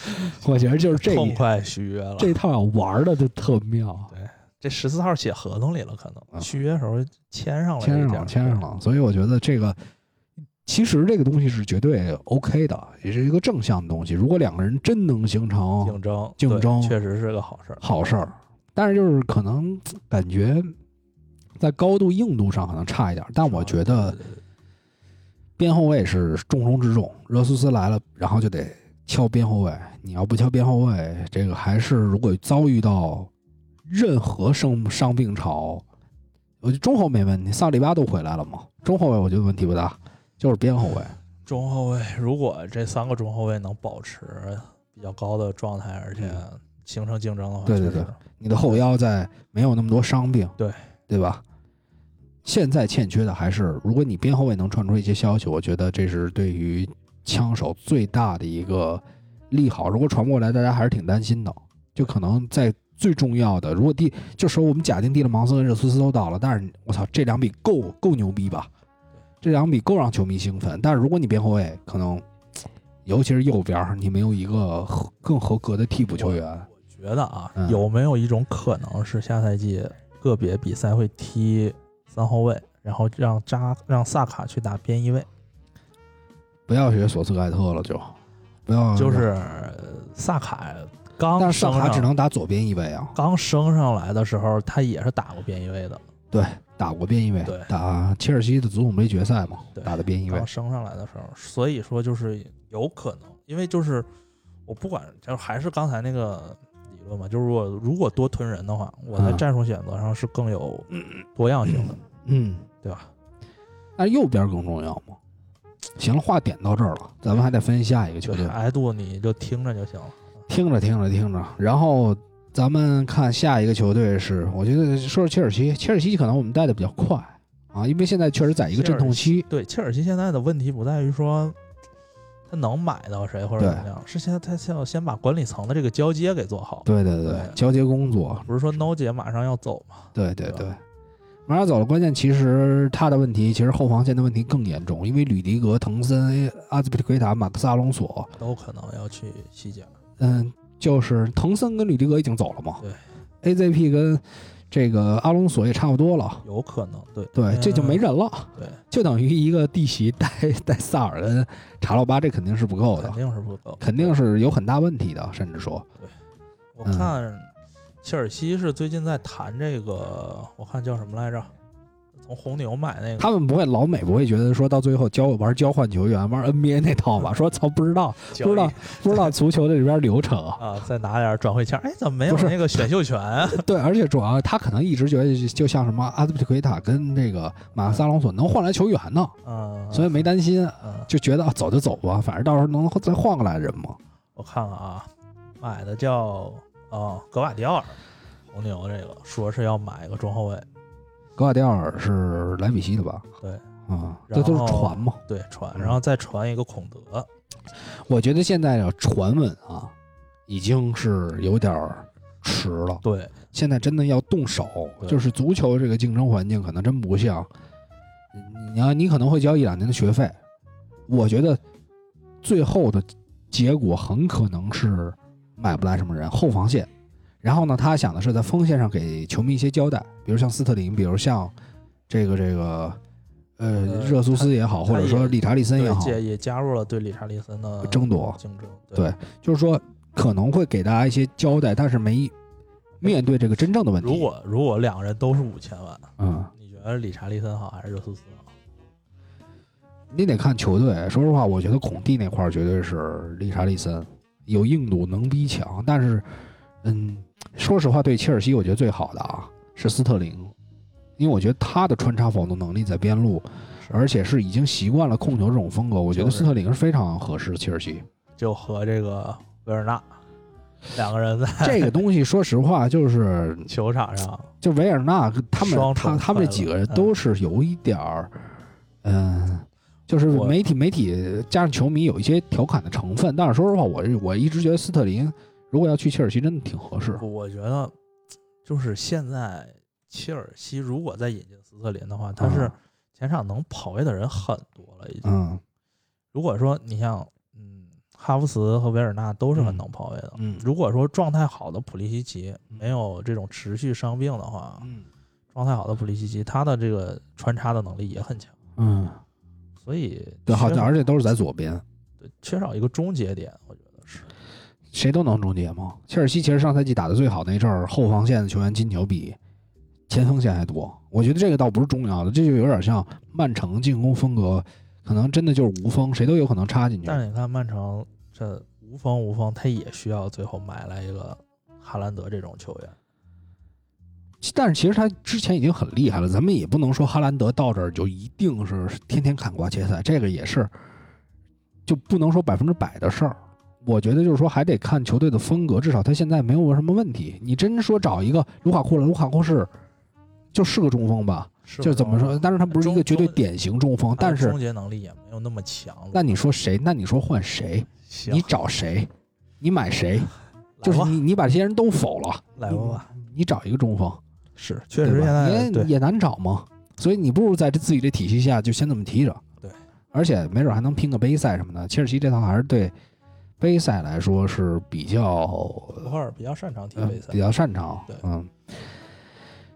A: 我觉得就是这
B: 痛快续约了。
A: 这套玩的就特妙。
B: 这十四号写合同里了，可
A: 啊
B: 能续约时候签上了这
A: 签
B: 一
A: 上
B: 点
A: 了，
B: 儿，
A: 签上了。所以我觉得这个其实这个东西是绝对 OK 的，也是一个正向的东西。如果两个人真能形成
B: 竞争
A: 哦竞
B: 对
A: 争
B: 确实是个好事儿。
A: 好事儿，但是就是可能感觉在高度硬度上可能差一点儿。但我觉得
B: 对对对
A: 边后卫是重中之重，热苏斯来了，然后就得敲边后卫。你要不敲边后卫，这个还是如果遭遇到任何伤伤病潮，我觉得中后没问题，萨里巴都回来了嘛，中后卫我觉得问题不大，就是边后卫。
B: 中后卫，如果这三个中后卫能保持比较高的状态，而且形成竞争的话，
A: 嗯对对
B: 确实
A: 你的后腰在没有那么多伤病，
B: 对
A: 对吧？现在欠缺的还是，如果你边后卫能传出一些消息，我觉得这是对于枪手最大的一个利好。如果传不过来，大家还是挺担心的。就可能在最重要的，如果第就说我们假定蒂勒芒斯跟热苏斯都到了，但是我操，这两笔够够牛逼吧？这两笔够让球迷兴奋。但是如果你边后卫可能，尤其是右边儿，你没有一个合更合格的替补球员，
B: 觉得啊
A: 嗯，
B: 有没有一种可能是下赛季个别比赛会踢三后卫，然后让扎让萨卡去打边翼卫？
A: 不要学索斯盖特了就，不要
B: 就是萨卡刚
A: 啊但是萨
B: 升
A: 卡只
B: 上
A: 能打左边翼位啊，
B: 刚升上来的时候，他也是打过边翼卫的。
A: 打过边翼位
B: 对，
A: 打切尔西的足总杯决赛嘛，
B: 对
A: 打的边翼位
B: 刚，升上来的时候，所以说就是有可能，因为就是我不管，就还是刚才那个理论嘛，就是我如果多囤人的话，我在
A: 嗯
B: 战术选择上是更有多样性的。
A: 嗯，
B: 对吧？
A: 但是右边更重要嘛。行了，话点到这儿了，咱们还得分下一个球
B: 就是
A: 队。
B: 挨度你就听着就行了。
A: *laughs* 听着听着听着，然后咱们看下一个球队是，我觉得说是切尔西，切尔西可能我们带的比较快，啊，因为现在确实在一个阵痛期，
B: 对，切尔西现在的问题不在于说他能买到谁或者
A: 对
B: 怎么样，是现在他要先把管理层的这个交接给做好。
A: 对对对
B: 对，
A: 交接工作，
B: 不是说 No 姐马上要走嘛？
A: 对对
B: 对
A: 对。马上走了，关键其实他的问题，其实后防线的问题更严重，因为吕迪格、滕森、阿兹皮利奎塔、马克萨隆索，
B: 都可能要去西甲。
A: 嗯，就是滕森跟吕迪格已经走了嘛，a z p 跟这个阿隆索也差不多了，
B: 有可能，对
A: 对，这就没
B: 人
A: 人了，
B: 嗯对，
A: 就等于一个弟媳带 *laughs* 带萨尔跟查洛巴，这肯定是不够的
B: 肯，定是不够，
A: 肯定。是有很大问题的，甚至说，
B: 我
A: 嗯
B: 看切尔西是最近在谈这个，我看叫什么来着？从红牛买那个，
A: 他们不会老美不会觉得说到最后交玩交换球员玩 NBA 那套吧？说操不知道不知道不知道足球这里边流程，
B: 啊，再拿点转会钱。哎，怎么没有
A: 不是
B: 那个选秀权啊？
A: *laughs* 对，而且主要他可能一直觉得就像什么阿兹皮利奎塔跟这个马克萨隆索能换来球员呢，
B: 嗯，
A: 所以没担心。
B: 嗯，
A: 就觉得、啊、走就走吧，反正到时候能再换过来人嘛。
B: 我看看啊，买的叫哦格瓦迪奥尔，红牛这个说是要买一个中后卫，
A: 格瓦迪奥尔是莱比锡的吧？
B: 对，
A: 啊，
B: 然
A: 这都
B: 后
A: 是传嘛。
B: 对传，
A: 嗯
B: 然后再传一个孔德，
A: 我觉得现在的传闻啊，已经是有点儿迟了。
B: 对，
A: 现在真的要动手，
B: 对
A: 就是足球这个竞争环境可能真不像，你你要你可能会交一两年的学费，我觉得最后的结果很可能是买不来什么人，后防线。然后呢，他想的是在锋线上给球迷一些交代，比如像斯特林，比如像这个这个呃
B: 呃
A: 热苏斯也好，
B: 他
A: 或者说理查利森也
B: 对，
A: 好，
B: 这也加入了对理查利森的
A: 争夺
B: 竞争，
A: 对就是说可能会给大家一些交代，但是没面对这个真正的问题。
B: 如果如果两个人都是五千万，
A: 嗯，
B: 你觉得理查利森好还是热苏斯好？
A: 你得看球队。说实话，我觉得孔蒂那块儿绝对是理查利森有硬度，能逼强。但是，嗯，说实话，对切尔西，我觉得最好的啊是斯特林，因为我觉得他的穿插跑动能力在边路，而且是已经习惯了控球这种风格。我觉得斯特林是非常合适切尔 *laughs* 西。
B: 就和这个维尔纳两个人在
A: 这个东西，说实话，就是
B: 球场上，
A: 就维尔纳他
B: 双
A: 们
B: 重嗯
A: 他他们这
B: 快乐
A: 几个人都是有一点儿，嗯、就是
B: 我
A: 媒体媒体加上球迷有一些调侃的成分。但是说实话，我我一直觉得斯特林如果要去切尔西，真的挺合适。
B: 我觉得就是现在切尔西如果再引进斯特林的话，他是
A: 嗯
B: 前场能跑位的人很多了已经。
A: 嗯
B: 如果说你像嗯哈弗茨和维尔纳都是很能跑位的，
A: 嗯
B: 如果说状态好的普利西奇没
A: 嗯
B: 有这种持续伤病的话，
A: 嗯
B: 状态好的普利西奇他的这个穿插的能力也很强，
A: 嗯，
B: 所以
A: 对，好
B: 缺
A: 像
B: 少
A: 而且都是在左边，
B: 缺少一个终结点，我觉得是。
A: 谁都能终结吗？切尔西其实上赛季打的最好那阵儿，后防线的球员进球比前锋线还多。我觉得这个倒不是重要的，这就有点像曼城进攻风格，可能真的就是无锋，谁都有可能插进去。
B: 但是你看曼城这无锋无锋，他也需要最后买来一个哈兰德这种球员。
A: 但是其实他之前已经很厉害了，咱们也不能说哈兰德到这儿就一定是天天砍瓜切菜，这个也是就不能说百分之百的事儿。我觉得就是说还得看球队的风格，至少他现在没有什么问题。你真说找一个卢卡库了，卢卡库是就是个中锋吧，
B: 是
A: 就怎么说？但是他不是一个
B: 中
A: 绝对
B: 中
A: 典型中锋，
B: 他的
A: 但是
B: 终结能力也没有那么强。
A: 那你说谁？那你说换谁？
B: 行
A: 你找谁？你买谁？
B: 来
A: 就是
B: 吧
A: 你你把这些人都否了，
B: 来吧，
A: 你找一个中锋。
B: 是确
A: 对
B: 实
A: 吧
B: 现在
A: 也
B: 对
A: 也难找嘛，所以你不如在这自己这体系下就先这么踢着。
B: 对，
A: 而且没准还能拼个杯赛什么的。切尔西这套还是对杯赛来说是比较
B: 博赫尔比较擅长踢
A: 呃
B: 杯赛
A: 比，较擅长
B: 对，
A: 嗯，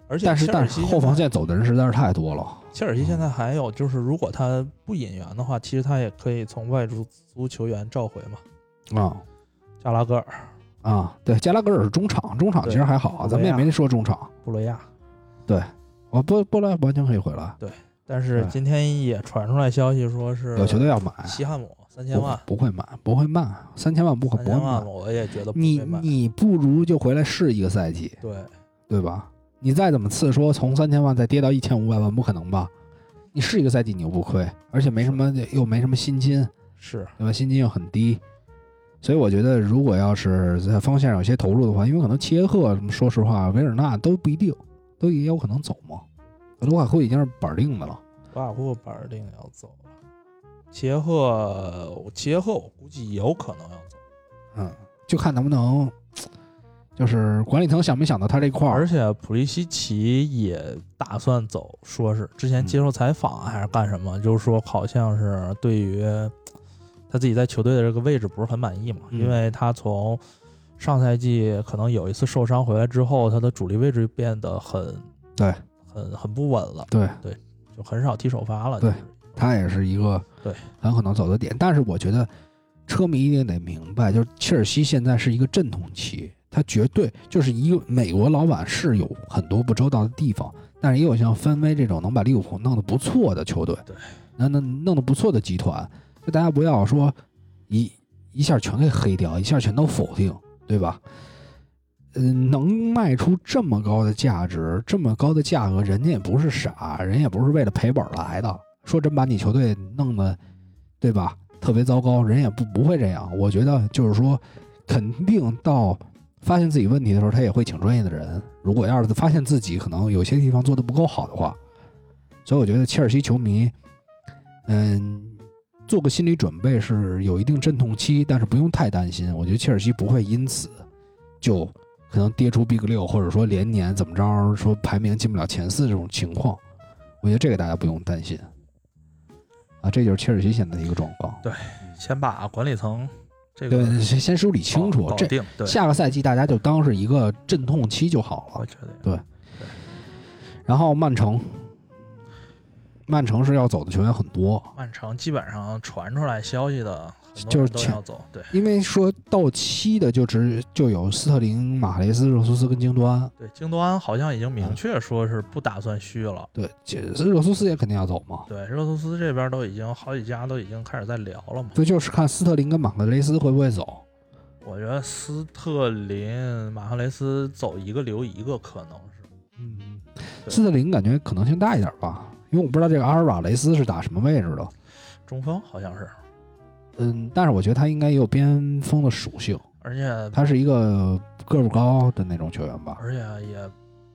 B: 而且
A: 但是
B: 切
A: 但
B: 尔
A: 是
B: 西
A: 后防
B: 现在
A: 线嗯走的人实在是太多了。
B: 切尔西现在还有就是，如果他不引援的话，其实他也可以从外租租球员召回嘛，
A: 啊
B: 加拉戈尔、
A: 啊，对，加拉格尔是中场，中场其实还好，啊
B: 对
A: 咱们也没说中场，
B: 布雷亚。
A: 我波波兰完全可以回来，
B: 但是
A: 对
B: 今天也传出来消息说是
A: 有球队要买，
B: 西汉姆三千
A: 不
B: 万，
A: 不会买，不会卖，三千万不可
B: 三
A: 不会
B: 千万
A: 卖。
B: 我也觉得不
A: 你
B: 会卖。
A: 你不如就回来试一个赛季，
B: 对，
A: 对吧？你再怎么次说从三千万再跌到一千五百万，不可能吧？你是一个赛季你又不亏，而且没什么又没什么薪金，
B: 是
A: 对吧？薪金又很低，所以我觉得如果要是在方向上有些投入的话，因为可能切赫什么，说实话，维尔纳都不一定，都也有可能走嘛。卢卡库已经是板儿定的了。
B: 巴尔库板定要走了，杰赫杰赫我估计有可能要走，
A: 嗯，就看能不能，就是管理层想没想到他这块儿
B: 而，且普利西奇也打算走，说是之前接
A: 嗯
B: 受采访还是干什么，就是说好像是对于他自己在球队的这个位置不是很满意嘛，
A: 嗯
B: 因为他从上赛季可能有一次受伤回来之后，他的主力位置变得很
A: 对
B: 很很不稳了，
A: 对
B: 对，就很少踢首发了，
A: 对
B: 就是
A: 他也是一个
B: 对
A: 很可能走的点。但是我觉得车迷一定得明白，就是切尔西现在是一个阵痛期，他绝对就是一个美国老板是有很多不周到的地方，但是也有像芬威这种能把利物浦弄得不错的球队，
B: 对，
A: 那那弄得不错的集团，就大家不要说一一下全给黑掉，一下全都否定，对吧？嗯，能卖出这么高的价值，这么高的价格，人家也不是傻，人也不是为了赔本儿来的。说真把你球队弄得，对吧？特别糟糕，人也不不会这样。我觉得就是说，肯定到发现自己问题的时候，他也会请专业的人。如果要是发现自己可能有些地方做得不够好的话，所以我觉得切尔西球迷，嗯，做个心理准备是有一定阵痛期，但是不用太担心。我觉得切尔西不会因此就可能跌出 Big 六，或者说连年怎么着说排名进不了前四这种情况，我觉得这个大家不用担心。啊，这就是切尔西现在的一个状况。
B: 先把管理层这个
A: 对，先先梳理清楚
B: 搞，搞
A: 这
B: 定，对，
A: 下个赛季大家就当是一个阵痛期就好了
B: 我。觉得
A: 然后曼城，曼城是要走的球员很多，
B: 曼城基本上传出来消息的，很
A: 就是
B: 多人都
A: 前
B: 要走。对
A: 因为说到期的就只就有斯特林、马雷斯、热苏斯跟京多安。
B: 对，京多安好像已经明确说是不打算续了。
A: 对，这热苏斯也肯定要走嘛。
B: 对，热苏斯这边都已经好几家都已经开始在聊了嘛。
A: 所以就是看斯特林跟马克雷斯会不会走。
B: 我觉得斯特林、马赫雷斯走一个留一个，可能是
A: 嗯，斯特林感觉可能性大一点吧，因为我不知道这个阿尔瓦雷斯是打什么位置的。
B: 中锋，好像是。
A: 嗯，但是我觉得他应该也有边锋的属性，
B: 而且
A: 他是一个个儿不高的那种球员吧。
B: 而且也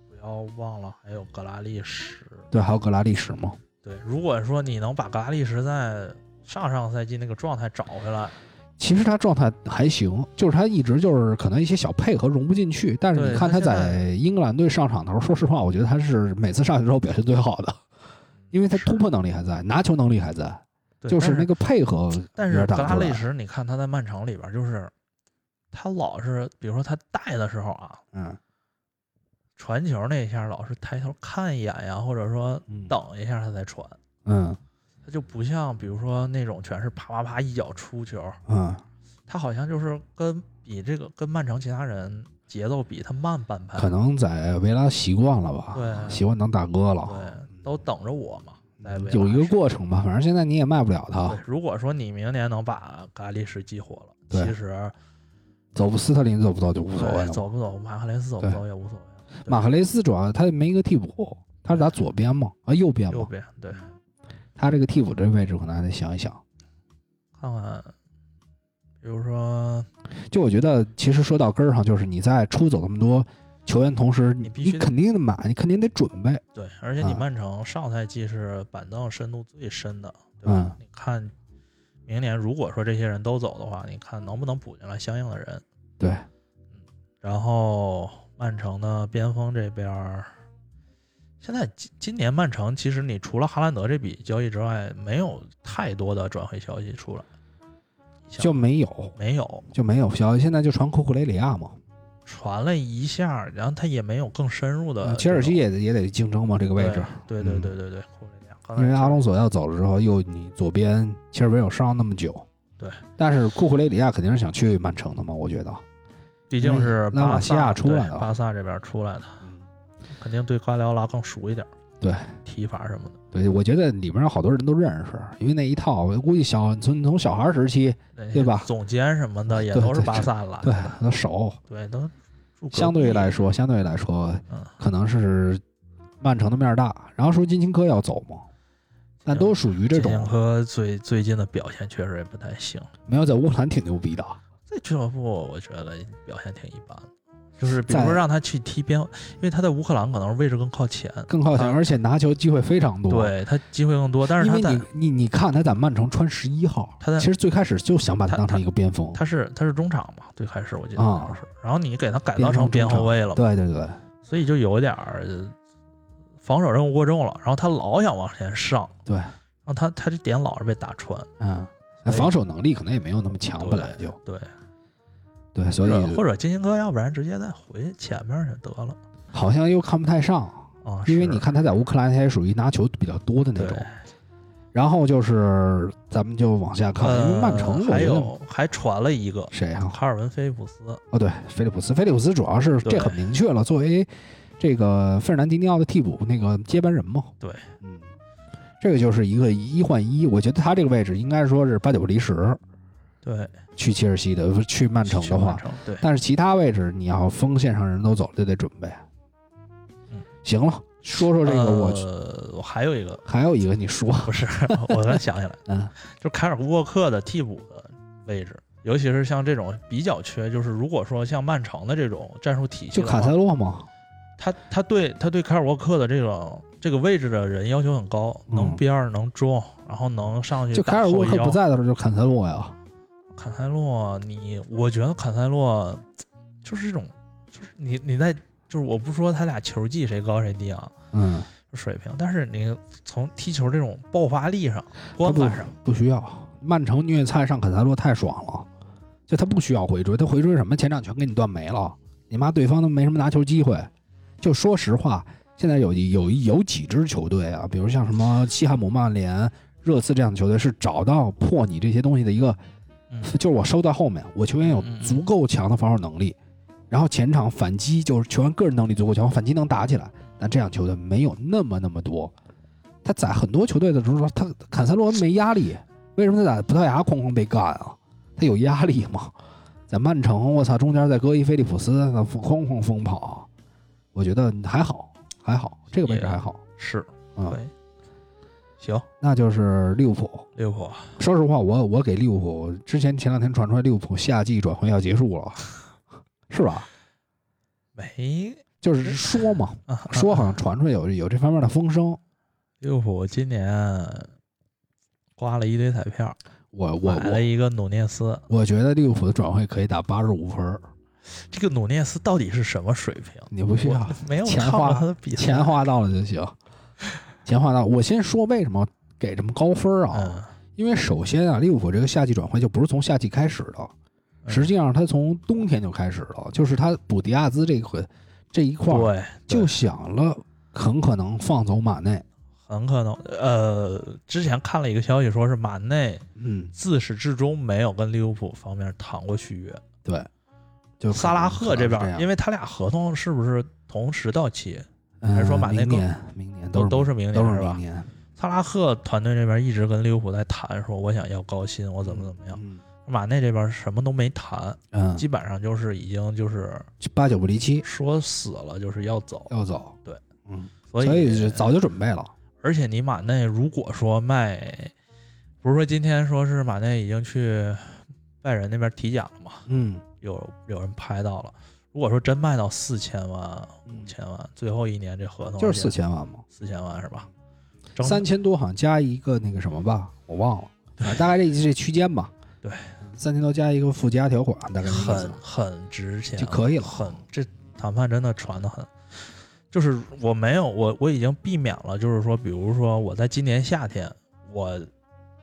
B: 不要忘了还有格拉利什。
A: 对，还有格拉利什嘛。
B: 对，如果说你能把格拉利什在上上赛季那个状态找回来，
A: 其实他状态还行，就是他一直就是可能一些小配合融不进去，但是
B: 对
A: 你看他
B: 他现在
A: 在英格兰队上场的时候，说实话，我觉得他是每次上去之后表现最好的， *laughs* 因为他
B: 是
A: 突破能力还在，拿球能力还在，
B: 对
A: 就
B: 但
A: 是
B: 是
A: 那个配合
B: 但
A: 有
B: 是
A: 点打
B: 格拉
A: 不出
B: 利
A: 来。
B: 什，你看他在曼城里边儿，就是他老是，比如说他带的时候啊，
A: 嗯
B: 传球那一下老是抬头看一眼呀，或者说
A: 嗯
B: 等一下他再传，
A: 嗯
B: 他就不像比如说那种全是啪啪啪一脚出球，
A: 嗯，
B: 他好像就是跟比这个跟曼城其他人节奏比他慢半拍
A: 可，能啊在维拉习惯了吧，
B: 对哎
A: 习惯当大哥了，
B: 对，都等着我嘛，在维
A: 嗯有一
B: 拉
A: 个
B: 时
A: 过程吧。反正现在你也卖不了他
B: 对，，如果说你明年能把格拉利什激活了，
A: 对
B: 其实
A: 走不斯特林走不走就无
B: 对
A: 所谓了嘛。
B: 走不走，马赫雷斯走不
A: 对
B: 走也无所谓了，对
A: 马克雷斯主要他没一个替补，他是打左边嘛，啊右边
B: 右
A: 嘛，
B: 边对。
A: 他这个替补这位置可能还得想一想。
B: 看看，比如说
A: 就我觉得，其实说到根儿上，就是你在出走那么多球员同时，你
B: 你必须
A: 你肯定得买，你肯定得准备。
B: 对，而且你
A: 啊
B: 曼城上赛季是板凳深度最深的，对吧？
A: 嗯
B: 你看明年如果说这些人都走的话，你看能不能补进来相应的人？
A: 对，
B: 嗯，然后曼城的边锋这边儿。现在今今年曼城其实你除了哈兰德这笔交易之外，没有太多的转会消息出来，
A: 就没有
B: 没有
A: 就没有消息，现在就传库库雷里亚嘛，
B: 传了一下，然后他也没有更深入的
A: 呃
B: 这种。
A: 切尔西也得也得竞争嘛这个位置，
B: 对对
A: 嗯
B: 对对对，库里俩刚才
A: 因为
B: 说
A: 阿隆索要走了之后，又你左边切尔维有伤那么久，
B: 对，
A: 但是库库雷里亚肯定是想去曼城的嘛，我觉得，
B: 毕竟是
A: 那
B: 巴
A: 瓦西亚
B: 萨
A: 出来
B: 对
A: 了
B: 巴萨这边出来的，肯定对瓜迪奥拉更熟一点。
A: 对，
B: 踢法什么的，
A: 对，我觉得里面有好多人都认识，因为那一套，我估计小从从小孩时期，
B: 那些
A: 对吧
B: 总监什么的也
A: 对
B: 都是
A: 对
B: 巴萨来
A: 对
B: 的，，
A: 他熟，
B: 对，啊都住隔
A: 相对于
B: 壁
A: 来，说，相对于来说，
B: 嗯
A: 可能是曼城的面儿大。然后说金琴科要走嘛，但都属于这
B: 金琴
A: 种
B: 科最最近的表现确实也不太行，
A: 没有在乌克兰挺牛逼的。
B: 在俱乐部我觉得表现挺一般的。就是比如说
A: 在
B: 让他去踢边，因为他在乌克兰可能是位置更靠前，
A: 更靠前，
B: 嗯他
A: 而且拿球机会非常多。，
B: 对他机会更多。但是
A: 因
B: 他
A: 为
B: 在
A: 你你你看他在曼城穿十一号，
B: 他在
A: 其实最开始就想把他
B: 他
A: 当成一个边锋。
B: 他是他是中场嘛，最开始我记得
A: 啊
B: 好像是，然后你给他改
A: 变
B: 造
A: 成
B: 成边
A: 中场
B: 后卫了嘛，
A: 对对对，
B: 所以就有点儿呃防守任务过重了，然后他老想往前上，
A: 对
B: 然后他他这点老是被打穿，
A: 嗯，
B: 所以
A: 防守能力可能也没有那么强，本来就
B: 哎对，
A: 对，所
B: 或
A: 以
B: 者或者金星哥，要不然直接再回前面去得了
A: 好像又看不太上，
B: 啊，
A: 因为
B: 是
A: 你看他在乌克兰，他也属于拿球比较多的那
B: 对
A: 种。然后就是咱们就往下看，因为曼城
B: 呃
A: 我
B: 还
A: 觉得
B: 有还传了一个
A: 谁啊？
B: 卡尔文菲利普斯，
A: 哦，对，菲利普斯，菲利普斯主要是
B: 对
A: 这很明确了，作为这个费尔南迪尼奥的替补那个接班人嘛。
B: 对，
A: 嗯，这个就是一个一换一，我觉得他这个位置应该说是八九不离十，
B: 对，
A: 去切尔西的，不是去曼城
B: 去
A: 的话
B: 曼，城对，
A: 但是其他位置你要锋线上人都走了，就得准备
B: 嗯。
A: 行了，说说这个，我去
B: 呃，我还有一个
A: 还有一个你说，
B: 不是，我才想起来，
A: 嗯
B: *laughs* 就凯尔沃克的替补的位置，尤其是像这种比较缺，就是如果说像曼城的这种战术体系
A: 就
B: 的
A: 卡
B: 话，
A: 塞洛嘛，
B: 他他对他对凯尔沃克的这种这个位置的人要求很高，
A: 嗯
B: 能边儿能中，然后能上去
A: 就
B: 嗯打
A: 凯尔
B: 后
A: 沃克
B: 腰
A: 不在的时候就卡塞洛呀，
B: 坎塞洛，你我觉得坎塞洛就是这种，就是你你在就是我不说他俩球技谁高谁低啊
A: 嗯，
B: 水平，但是你从踢球这种爆发力上、观感上，
A: 不需要。曼城啊虐菜上卡塞洛太爽了，就他不需要回追，他回追什么？前场全给你断没了，你妈对方都没什么拿球机会。就说实话，现在有有有几支球队啊，比如像什么西汉姆曼联、热刺这样的球队，是找到破你这些东西的一个
B: 嗯，
A: 就是我收到后面，我球员有
B: 嗯嗯嗯
A: 足够强的防守能力，然后前场反击就是球员个人能力足够强，反击能打起来。但这样球队没有那么那么多，他在很多球队的时候，他坎塞洛没压力，为什么他在葡萄牙哐哐被干啊？他有压力吗？在曼城，我操，中间再搁一菲利普斯，那哐哐疯跑，啊我觉得还好，还好，这个位置还好
B: 是
A: 啊、
B: 对，行，
A: 那就是利物浦，
B: 利物浦
A: 说实话，我我给利物浦之前前两天传出来利物浦夏季转会要结束了，是吧？
B: 没
A: 就是说
B: *laughs*
A: 嘛，
B: 啊，
A: 说好
B: 啊
A: 像传出来有有这方面的风声。
B: 利物浦今年刮了一堆彩票，
A: 我我
B: 买了
A: 我
B: 一个努涅斯，
A: 我觉得利物浦的转会可以打八十五分儿，
B: 这个努涅斯到底是什么水平？
A: 你不需要
B: 我没有
A: 钱
B: 看过
A: 花
B: 他的比赛，
A: 钱花到了就行，钱花到。我先说为什么给这么高分儿啊？
B: 嗯，
A: 因为首先啊，利物浦这个夏季转会就不是从夏季开始的，
B: 嗯
A: 实际上他从冬天就开始了，就是他补迪亚兹这一块这一块儿
B: 对，
A: 就想了，很可能放走马内。
B: 很可能，呃，之前看了一个消息，说是马内
A: 嗯，
B: 自始至终没有跟利物浦方面谈过续约。
A: 对，就
B: 萨拉赫这边儿，因
A: 为
B: 为他俩合同是不是同时到期？还是说马内
A: 呃明
B: 更
A: 年明年
B: 都
A: 都
B: 都
A: 是
B: 是明
A: 都是
B: 年是
A: 明
B: 吧？
A: 年，
B: 萨拉赫团队这边一直跟利物浦在谈，说我想要高薪，我怎么怎么样。
A: 嗯？
B: 马内这边什么都没谈，
A: 嗯，
B: 基本上就是已经就是
A: 八九不离七
B: 说死了，就是要走。
A: 要走。
B: 对，
A: 嗯，
B: 所
A: 所以是早就准备了。
B: 而且你马内如果说卖，不是说今天说是马内已经去拜仁那边体检了嘛？
A: 嗯，
B: 有有人拍到了。如果说真卖到四千万、
A: 嗯
B: 五千万，最后一年这合同
A: 就是四千万嘛，
B: 四千万是吧？整
A: 三千多好像加一个那个什么吧，我忘了，反正大概这这区间吧。
B: *laughs* 对
A: 嗯，三千多加一个附加条款，大概这意
B: 很
A: 思。
B: 很值钱
A: 就可以了
B: 很这谈判真的传的很。就是我没有我我已经避免了，就是说，比如说我在今年夏天，我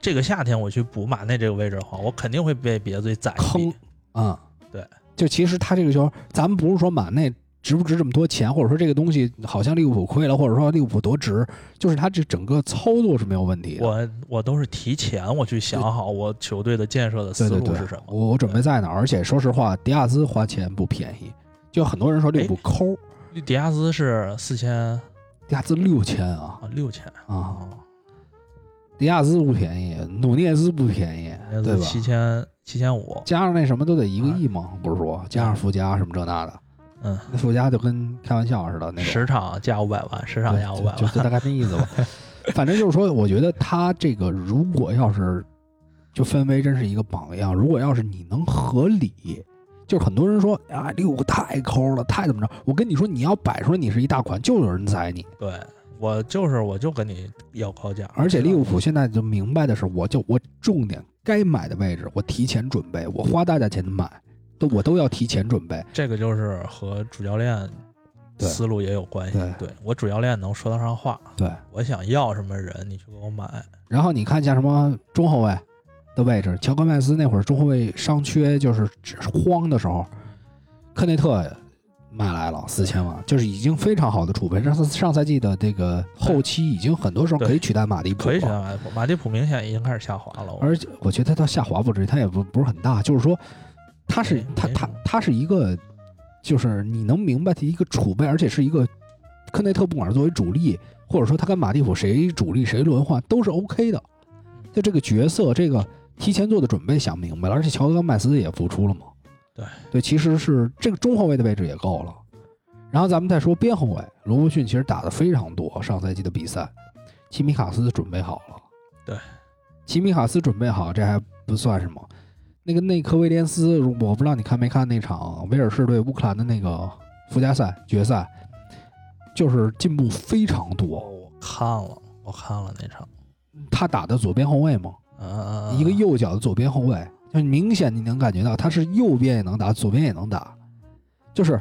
B: 这个夏天我去补马内这个位置的话，我肯定会被别的队宰一笔
A: 坑啊、
B: 对，
A: 就其实他这个球，咱们不是说马内值不值这么多钱，或者说这个东西好像利物浦亏了，或者说利物浦多值，就是他这整个操作是没有问题的。
B: 我我都是提前我去想好我球队的建设的
A: 对
B: 思
A: 对
B: 路
A: 对
B: 是什，么。
A: 我我准备在哪儿？而且说实话，迪亚兹花钱不便宜，就很多人说利物浦抠，
B: 迪亚兹是四千啊
A: 迪亚兹六千啊
B: 六千
A: 啊，，迪亚兹不便宜，努涅斯不便宜，对吧？
B: 七千七千五，
A: 加上那什么都得一个亿嘛，不是说加上附加什么这那的，
B: 嗯，
A: 那附加就跟开玩笑似的那种。
B: 十场加五百万，十场
A: 对
B: 加五
A: 就
B: 百万
A: 就，就大概那意思吧。反正就是说，我觉得他这个如果要是就分为真是一个榜样，如果要是你能合理，就是很多人说啊，利物浦太抠了，太怎么着？我跟你说，你要摆出来你是一大款，就有人宰你。
B: 对我就是我就跟你要高价，
A: 而且利物浦现在就明白的是，我就我重点该买的位置，我提前准备，我花大价钱买，都我都要提前准备。
B: 这个就是和主教练
A: 对
B: 思路也有关系。
A: 对
B: 我主教练能说得上话，
A: 对，
B: 我想要什么人，你去给我买。
A: 然后你看像什么中后卫的位置，乔戈麦斯那会儿中后卫伤缺就是只是慌的时候，科内特买来了四千万，就是已经非常好的储备。上次上赛季的这个后期已经很多时候可以取代马蒂普
B: 可以选
A: 了，
B: 马蒂普，马蒂普明显已经开始下滑了。我
A: 而且我觉得他下滑不至于，他也不不是很大，就是说他是
B: 没
A: 他
B: 没
A: 他
B: 什么
A: 他是一个，就是你能明白他一个储备，而且是一个科内特不管是作为主力，或者说他跟马蒂普谁主力谁轮换都是 OK 的。就这个角色，这个提前做的准备想明白了，而且乔戈麦斯也复出了嘛。
B: 对
A: 对，其实是这个中后卫的位置也够了。然后咱们再说边后卫，罗伯逊其实打的非常多，上赛季的比赛，齐米卡斯准备好了。
B: 对，
A: 齐米卡斯准备好，这还不算什么。那个内克威廉斯，我不知道你看没看那场威尔士对乌克兰的那个附加赛决赛，就是进步非常多。
B: 我看了，我看了那场，
A: 他打的左边后卫嘛，
B: 嗯嗯嗯，
A: 一个右脚的左边后卫，就是明显你能感觉到他是右边也能打，左边也能打，就是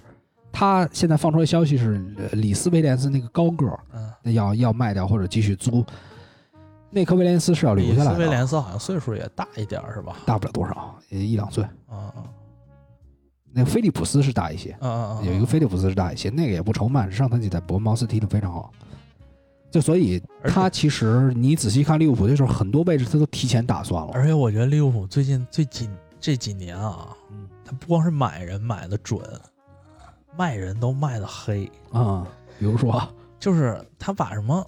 A: 他现在放出来消息是呃里斯威廉斯那个高个儿
B: 嗯，
A: 要要卖掉或者继续租，内科威廉斯是要留
B: 里
A: 下
B: 斯
A: 来
B: 威
A: 的，
B: 廉斯好像岁数也大一点儿是吧？
A: 大不了多少，也一两岁。
B: 嗯，嗯
A: 那个菲利普斯是大一些，
B: 嗯嗯嗯，
A: 有一个菲利普斯是大一些，那个也不愁卖，上赛季在伯恩茅斯踢得非常好。就所以，
B: 而且
A: 他其实你仔细看利物浦的时候，很多位置他都提前打算了。
B: 而且我觉得利物浦最近最近这几年啊，
A: 嗯
B: 他不光是买人买的准，卖人都卖的黑，
A: 啊、比如说啊，
B: 就是他把什么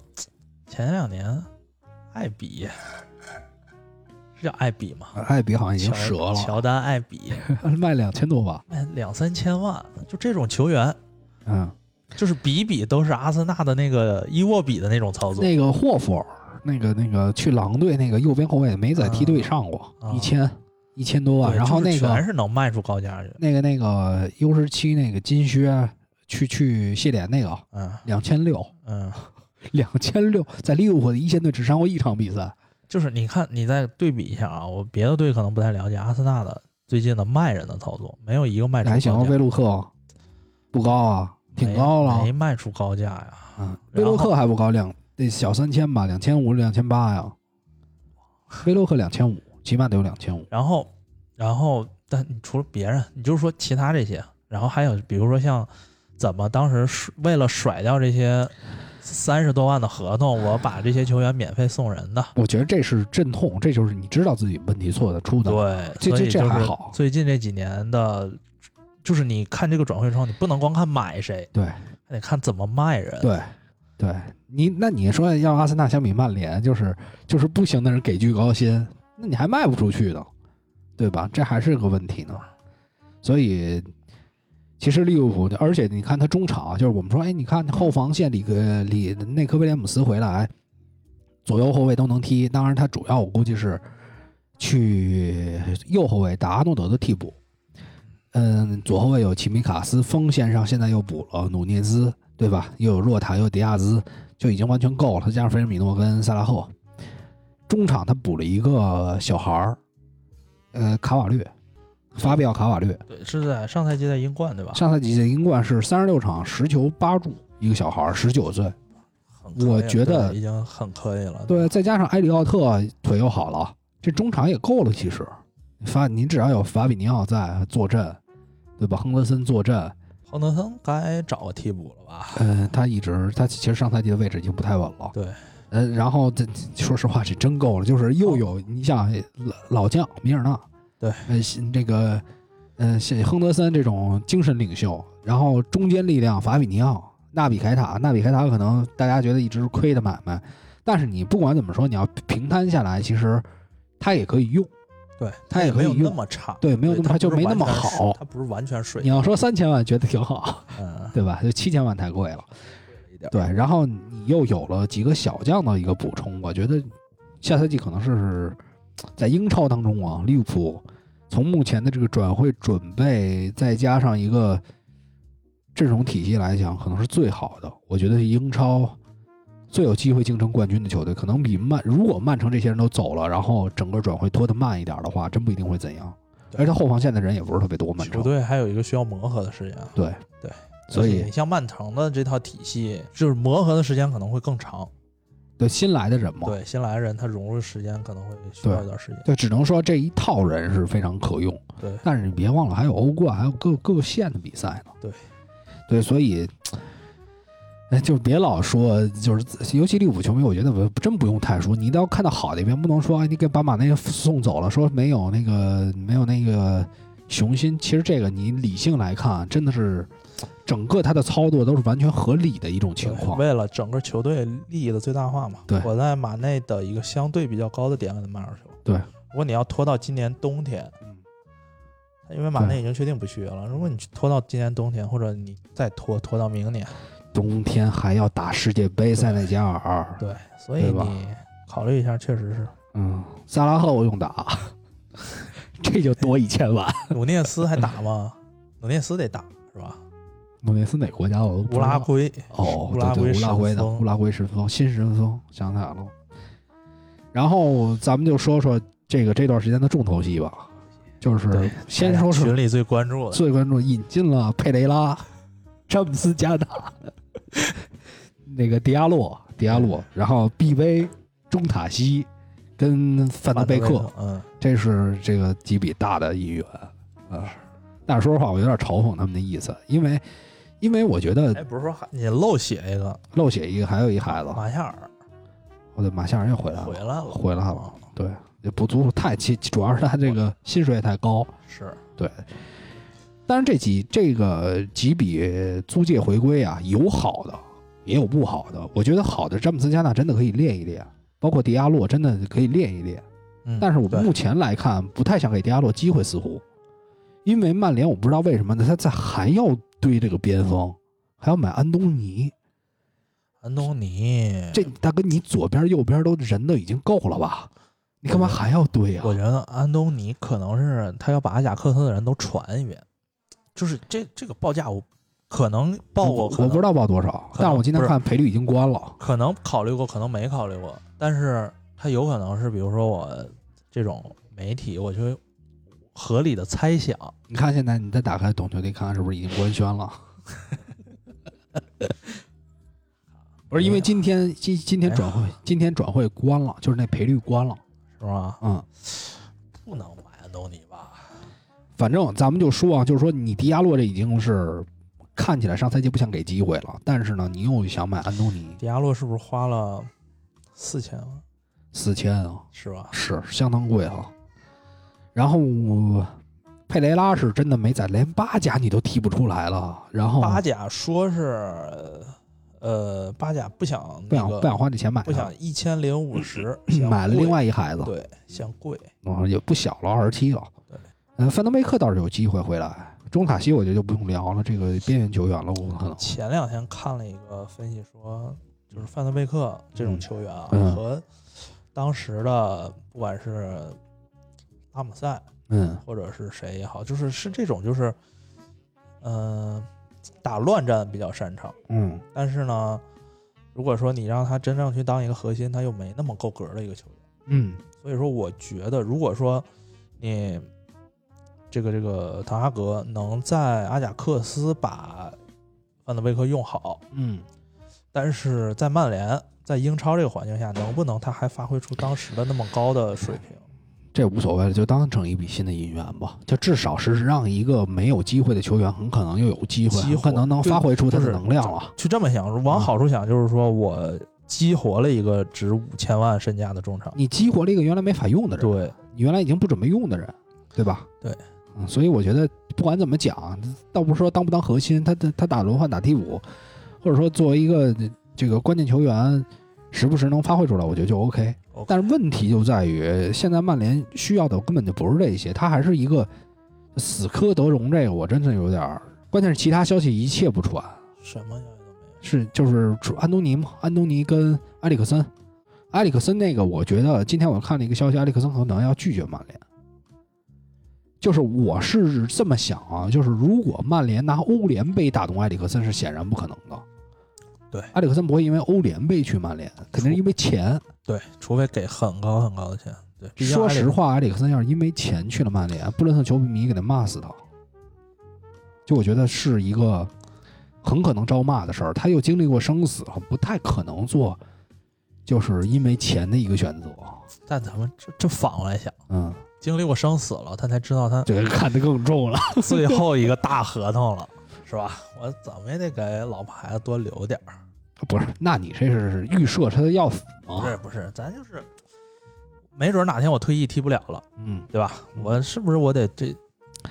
B: 前两年艾比是叫艾比吗？
A: 艾比好像已经
B: 乔
A: 折了，
B: 乔丹艾比
A: 卖两千多吧。
B: 卖两三千万，就这种球员，
A: 嗯，
B: 就是比比都是阿森纳的那个伊沃比的那种操作。
A: 那个霍弗尔，那个那个去狼队那个右边后卫没在梯队上过，
B: 啊
A: 一千一千多万。
B: 对
A: 然后
B: 就
A: 那
B: 是全
A: 个
B: 是能卖出高价去，
A: 那个那个 U 十七那个金靴啊去去谢脸那个
B: 嗯
A: 两千六，
B: 嗯，
A: 两千六在利物浦的一线队只上过一场比赛。
B: 就是你看，你再对比一下啊，我别的队可能不太了解，阿森纳的最近的卖人的操作，没有一个卖出
A: 还
B: 高
A: 行
B: 价，
A: 啊，威洛克不高啊，挺高了
B: 没，没卖出高价呀。
A: 嗯，威
B: 然后
A: 洛克还不高，两得小三千吧，两千五两千八呀。威洛克两千五，起码得有两千五。
B: 然后，然后，但你除了别人，你就是说其他这些，然后还有比如说像怎么当时是为了甩掉这些三十多万的合同，我把这些球员免费送人的，
A: 我觉得这是阵痛，这就是你知道自己问题错的出的。
B: 对，
A: 这
B: 所
A: 这
B: 以
A: 这
B: 就
A: 还
B: 是
A: 好
B: 最近这几年的，就是你看这个转会窗，你不能光看买谁，
A: 对
B: 还得看怎么卖人。
A: 对对你那你说要阿森纳相比曼联，就是就是不行的人给巨高薪，那你还卖不出去呢，对吧？这还是个问题呢。所以其实利物浦，而且你看他中场，就是我们说，哎，你看后防线里个里内科威廉姆斯回来，左右后卫都能踢。当然，他主要我估计是去右后卫打阿诺德的替补。嗯，左后卫有齐米卡斯，锋线上现在又补了努涅兹，对吧？又有洛塔，又有迪亚兹，就已经完全够了。再加上菲尔米诺跟萨拉赫，中场他补了一个小孩儿，呃，卡瓦略，法比奥卡瓦略。
B: 对，是在上赛季在英冠对吧？
A: 上赛季的英冠是三十六场十球八助，一个小孩儿十九岁，
B: 很可以了
A: 我觉得
B: 对已经很可以了。
A: 对，再加上埃里奥特腿又好了，这中场也够了。其实，法你只要有法比尼奥在坐镇，对吧？亨德森坐镇，
B: 亨德森该找个替补了吧？
A: 呃，他一直他其实上赛季的位置已经不太稳了。
B: 对，
A: 呃，然后这说实话，这真够了，就是又有、你想老老将米尔纳，
B: 对，
A: 呃，新这个呃，像亨德森这种精神领袖，然后中坚力量法比尼奥、纳比凯塔，纳比凯塔可能大家觉得一直是亏的买卖，但是你不管怎么说，你要平摊下来，其实他也可以用，
B: 对，
A: 他也
B: 没有
A: 可以用
B: 那么差，
A: 对，没有那么
B: 他
A: 就
B: 不是
A: 没那么
B: 完全是
A: 好。
B: 他不是完全水
A: 你，要说三千万觉得挺好，
B: 嗯，
A: 对吧？就七千万太贵了。
B: 一点儿
A: 对，然后你又有了几个小将的一个补充，我觉得下赛季可能是在英超当中啊，利物浦从目前的这个转会准备，再加上一个阵容体系来讲，可能是最好的。我觉得是英超最有机会竞争冠军的球队，可能比曼如果曼城这些人都走了，然后整个转会拖得慢一点的话，真不一定会怎样。
B: 对
A: 而且后防线的人也不是特别多，曼
B: 球
A: 城
B: 队还有一个需要磨合的时间啊。
A: 对
B: 对，
A: 所以
B: 你像曼城的这套体系，就是磨合的时间可能会更长。
A: 对新来的人嘛，
B: 对，新来的人他融入时间可能会需要一段时间。
A: 就只能说这一套人是非常可用。
B: 对
A: 但是你别忘了还有欧冠，还有各各县的比赛呢。
B: 对，
A: 对，所以，哎，就别老说，就是自尤其利物浦球迷，我觉得不真不用太说，你一定要看到好的一面，不能说哎你给把马内送走了，说没有那个没有那个雄心。其实这个你理性来看，啊真的是整个他的操作都是完全合理的一种情况。
B: 为了整个球队利益的最大化嘛。
A: 对
B: 我在马内的一个相对比较高的点给他卖出去了。
A: 对
B: 如果你要拖到今年冬天，
A: 嗯
B: 因为马
A: 对
B: 内已经确定不续约
A: 嗯
B: 了，如果你拖到今年冬天，或者你再拖拖到明年，
A: 冬天还要打世界杯塞内加尔，
B: 对，所以
A: 对吧
B: 你考虑一下，确
A: *laughs*
B: 实是。
A: 嗯，萨拉赫我用打， *laughs* 这就多一千万。
B: 努涅斯还打吗？ *laughs* 努涅斯得打是吧？
A: 努内斯哪国家我都不知
B: 乌拉
A: 道
B: 圭
A: 哦，
B: 乌拉
A: 对
B: 圭
A: 对乌拉圭的
B: 神锋
A: 乌拉圭神锋，新神锋，想起来了。然后咱们就说说这个这段时间的重头戏吧，就是
B: 对
A: 先说说
B: 哎群里最关注的，
A: 最关注引进了佩雷拉、詹姆斯加纳、那个迪亚洛、迪亚洛，然后 B 杯中塔西跟范德贝克，，
B: 嗯，
A: 这是这个几笔大的一员啊。但是说实话，我有点嘲讽他们的意思，因为因为我觉
B: 哎，
A: 得
B: 不是说还你漏写一个
A: 漏写一个，还有一孩子，
B: 马夏尔
A: 我的马夏尔又回来
B: 啊回来
A: 了，
B: 了，
A: 啊回来了，
B: 啊
A: 对，也不足太其主要是他这个薪水也太高，
B: 是
A: 对。但是这几这个几笔租借回归啊，有好的，也有不好的。我觉得好的詹姆斯加纳真的可以练一练，包括迪亚洛真的可以练一练。
B: 嗯，
A: 但是我
B: 对
A: 目前来看，不太想给迪亚洛机会，似乎，因为曼联我不知道为什么呢，他在还要堆这个边锋，还要买安东尼，
B: 安东尼，
A: 这大哥你左边右边都人都已经够了吧？你干嘛还要堆啊？
B: 我觉得安东尼可能是他要把阿贾克斯的人都传一遍，就是这这个报价我可能报过，
A: 我
B: 可能
A: 不知道报多少，
B: 可能
A: 但我今天
B: 不是
A: 看赔率已经关了。
B: 可能考虑过，可能没考虑过，但是他有可能是，比如说我这种媒体，我就合理的猜想，
A: 你看现在你再打开懂球帝看看是不是已经官宣了？ *laughs* 不是因为今天今今天转会今天转会关了，就是那赔率关了，
B: 是吧？
A: 嗯。
B: 不能买安东尼吧？
A: 反正咱们就说啊，就是说你迪亚洛这已经是看起来上赛季不想给机会了，但是呢，你又想买安东尼
B: 迪亚洛是不是花了四千万？
A: 四千啊，
B: 是吧？
A: 是相当贵啊。然后佩雷拉是真的没在，连八甲你都踢不出来了，然后
B: 巴甲说是，呃，巴甲不想
A: 不
B: 那
A: 想不
B: 个
A: 想花这钱买
B: 不
A: 他，
B: 想一千零
A: *clears throat*
B: 五十，
A: 买了
B: 嫌贵
A: 另外一孩子，
B: 对嫌贵，
A: 嗯，也不小了，二十七了。
B: 对，
A: 呃，范德贝克倒是有机会回来，中塔西我觉得就不用聊了，这个边缘球员了，我可能。
B: 前两天看了一个分析说，就是范德贝克这种球员啊，
A: 嗯
B: 和当时的不管是拉姆塞
A: 嗯
B: 或者是谁也好，就是是这种就是，嗯、打乱战比较擅长，
A: 嗯，
B: 但是呢，如果说你让他真正去当一个核心，他又没那么够格的一个球员。
A: 嗯，
B: 所以说，我觉得如果说你这个这个滕哈格能在阿贾克斯把范德贝克用好，
A: 嗯，
B: 但是在曼联，在英超这个环境下，能不能他还发挥出当时的那么高的水平？
A: 这无所谓了，就当成一笔新的引援吧。就至少是让一个没有机会的球员，很可能又有机会，
B: 机会
A: 很可能能
B: 对
A: 发挥出他
B: 就
A: 的
B: 是
A: 能量了。
B: 去这么想，往好处想，就是说我激活了一个值五千万身价的中场，
A: 你激活了一个原来没法用的人，
B: 对，
A: 你原来已经不准备用的人，对吧？
B: 对
A: 嗯，所以我觉得不管怎么讲，倒不是说当不当核心，他他他打轮换打替补，或者说作为一个这个关键球员，时不时能发挥出来，我觉得就 OK。
B: OK
A: 但是问题就在于，现在曼联需要的根本就不是这些，他还是一个死磕德容，这个我真的有点儿。关键是其他消息一切不传，
B: 什么消息都没有。
A: 是就是除安东尼嘛，安东尼跟埃里克森，埃里克森那个，我觉得今天我看了一个消息，埃里克森可能要拒绝曼联，就是我是这么想啊，就是如果曼联拿欧联杯打动埃里克森是显然不可能的。
B: 对
A: 埃里克森不会因为欧联杯去曼联，肯定是因为钱。
B: 对，除非给很高很高的钱。对，毕竟
A: 说
B: 埃里
A: 实
B: 克，
A: 话，埃里克森要是因为钱去了曼联，布伦特球迷给他骂死他。就我觉得是一个很可能招骂的事儿。他又经历过生死了，不太可能做就是因为钱的一个选择。
B: 但咱们这这反过来想，
A: 嗯，
B: 经历过生死了，他才知道他
A: 这个看得更重了。 *laughs*
B: 最后一个大合同了，是吧？我怎么也得给老婆孩子多留点儿。
A: 不是，那你这是预设他要死吗
B: 不？是不是，咱就是，没准哪天我退役踢不了了，
A: 嗯，
B: 对吧？我是不是我得这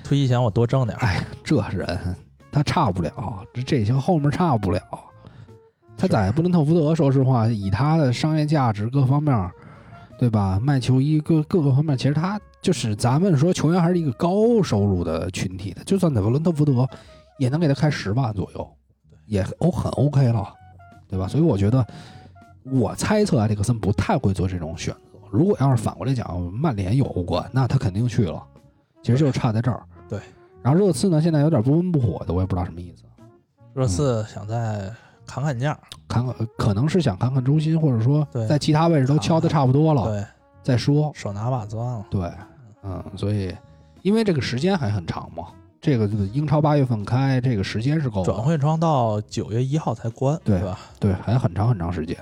B: 退役前我多挣点儿？
A: 哎，这人他差不了，这这些后面差不了。他在布伦特福德，说实话，以他的商业价值各方面儿，对吧？卖球衣各各个方面，其实他就是咱们说球员还是一个高收入的群体的，就算在布伦特福德，也能给他开十万左右，也哦很 OK 了，对吧？所以我觉得，我猜测埃里克森不太会做这种选择。如果要是反过来讲，曼联有欧冠，那他肯定去了，其实就是差在这儿。
B: 对。
A: 然后热刺呢，现在有点不温不火的，我也不知道什么意思。
B: 热刺想再砍砍价，
A: 看看，可能是想看看中心，或者说
B: 对
A: 在其他位置都敲的差不多了，
B: 对，
A: 再说。
B: 手拿把攥了。
A: 对，嗯，所以因为这个时间还很长嘛，这个就是英超八月份开，这个时间是够
B: 转
A: 的，
B: 会窗到九月一号才关，
A: 对
B: 吧？
A: 对，还很长很长时间。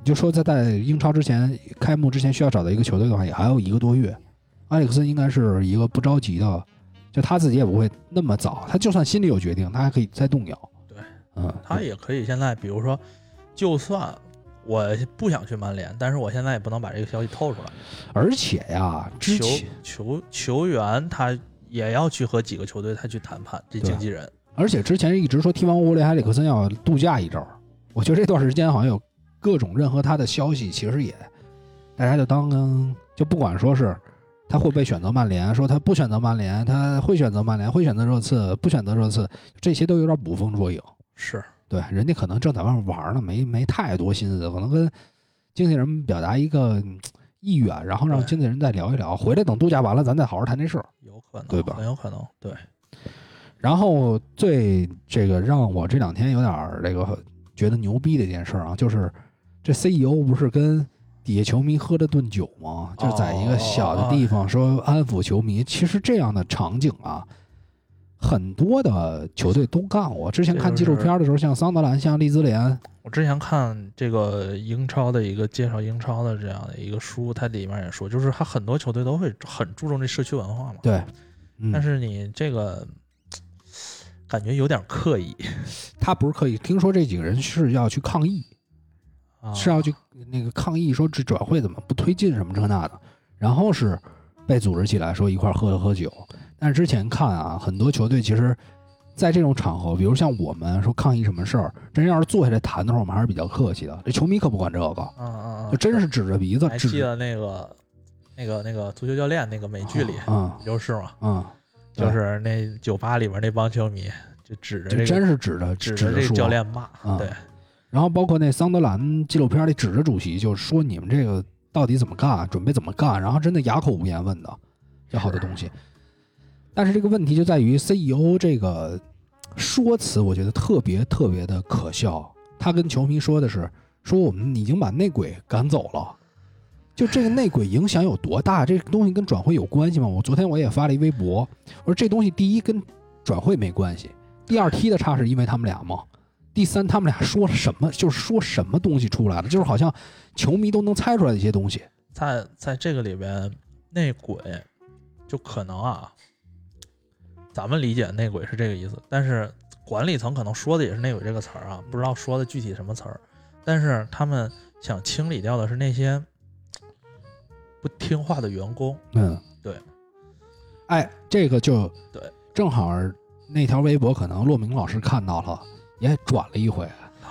A: 你就说在在英超之前开幕之前需要找到一个球队的话，也还有一个多月。埃里克森应该是一个不着急的，就他自己也不会那么早，他就算心里有决定，他还可以再动摇。
B: 对，
A: 嗯，
B: 他也可以现在，比如说，就算我不想去曼联，但是我现在也不能把这个消息透出来。
A: 而且呀，之
B: 球
A: 前
B: 球球员他也要去和几个球队他去谈判，这
A: 对
B: 经纪人
A: 而且之前一直说踢完欧联，埃里克森要度假一周儿。我觉得这段时间好像有各种任何他的消息，其实也大家就当就不管说是他会不会选择曼联，说他不选择曼联，他会选择曼联，会选择热刺，不选择热刺，这些都有点捕风捉影。
B: 是
A: 对，人家可能正在外面玩儿呢，没没太多心思，可能跟经纪人表达一个嗯意愿，然后让
B: 对
A: 经纪人再聊一聊，回来等度假完了，咱再好好谈这事儿。
B: 有可能，
A: 对吧
B: 很有可能，对，
A: 然后最这个让我这两天有点儿这个觉得牛逼的一件事儿啊，就是这 CEO 不是跟底下球迷喝了顿酒吗？就在一个小的地方说安抚球迷。其实这样的场景啊，很多的球队都干过。之前看纪录片的时候，像桑德兰、像利兹联，
B: 我之前看这个英超的一个介绍英超的这样的一个书，它里面也说，就是他很多球队都会很注重这社区文化嘛，
A: 对，嗯
B: 但是你这个感觉有点刻意
A: 他不是刻意。听说这几个人是要去抗议，
B: 啊，
A: 是要去那个抗议说这转会怎么不推进什么这那的，然后是被组织起来说一块儿喝喝酒。但是之前看啊，很多球队其实，在这种场合，比如像我们说抗议什么事儿，真要是坐下来谈的话，我们还是比较客气的。这球迷可不管这个，
B: 嗯嗯嗯，
A: 就啊真是指着鼻子
B: 还
A: 指
B: 记得那个那个那个足球教练那个美剧里，
A: 啊
B: 不就是嘛，
A: 啊，对
B: 就是那酒吧里边那帮球迷就指
A: 就
B: 着这个
A: 真是指着
B: 指
A: 着
B: 这
A: 说
B: 教练骂，
A: 啊
B: 对，
A: 然后包括那桑德兰纪录片里指着主席就说你们这个到底怎么干，准备怎么干，然后真的哑口无言问的，这好多东西。但是这个问题就在于 CEO E 这个说辞，我觉得特别特别的可笑。他跟球迷说的是，说我们已经把内鬼赶走了。就这个内鬼影响有多大？这个东西跟转会有关系吗？我昨天我也发了一微博，我说这东西第一跟转会没关系，第二踢的差是因为他们俩吗？第三，他们俩说了什么？就是说什么东西出来了，就是好像球迷都能猜出来的一些东西。
B: 在在这个里边，内鬼就可能啊，咱们理解内鬼是这个意思，但是管理层可能说的也是内鬼这个词儿啊，不知道说的具体什么词儿，但是他们想清理掉的是那些不听话的员工，
A: 嗯，
B: 对。
A: 哎，这个就
B: 对，
A: 正好那条微博可能骆明老师看到了，也转了一回，
B: 啊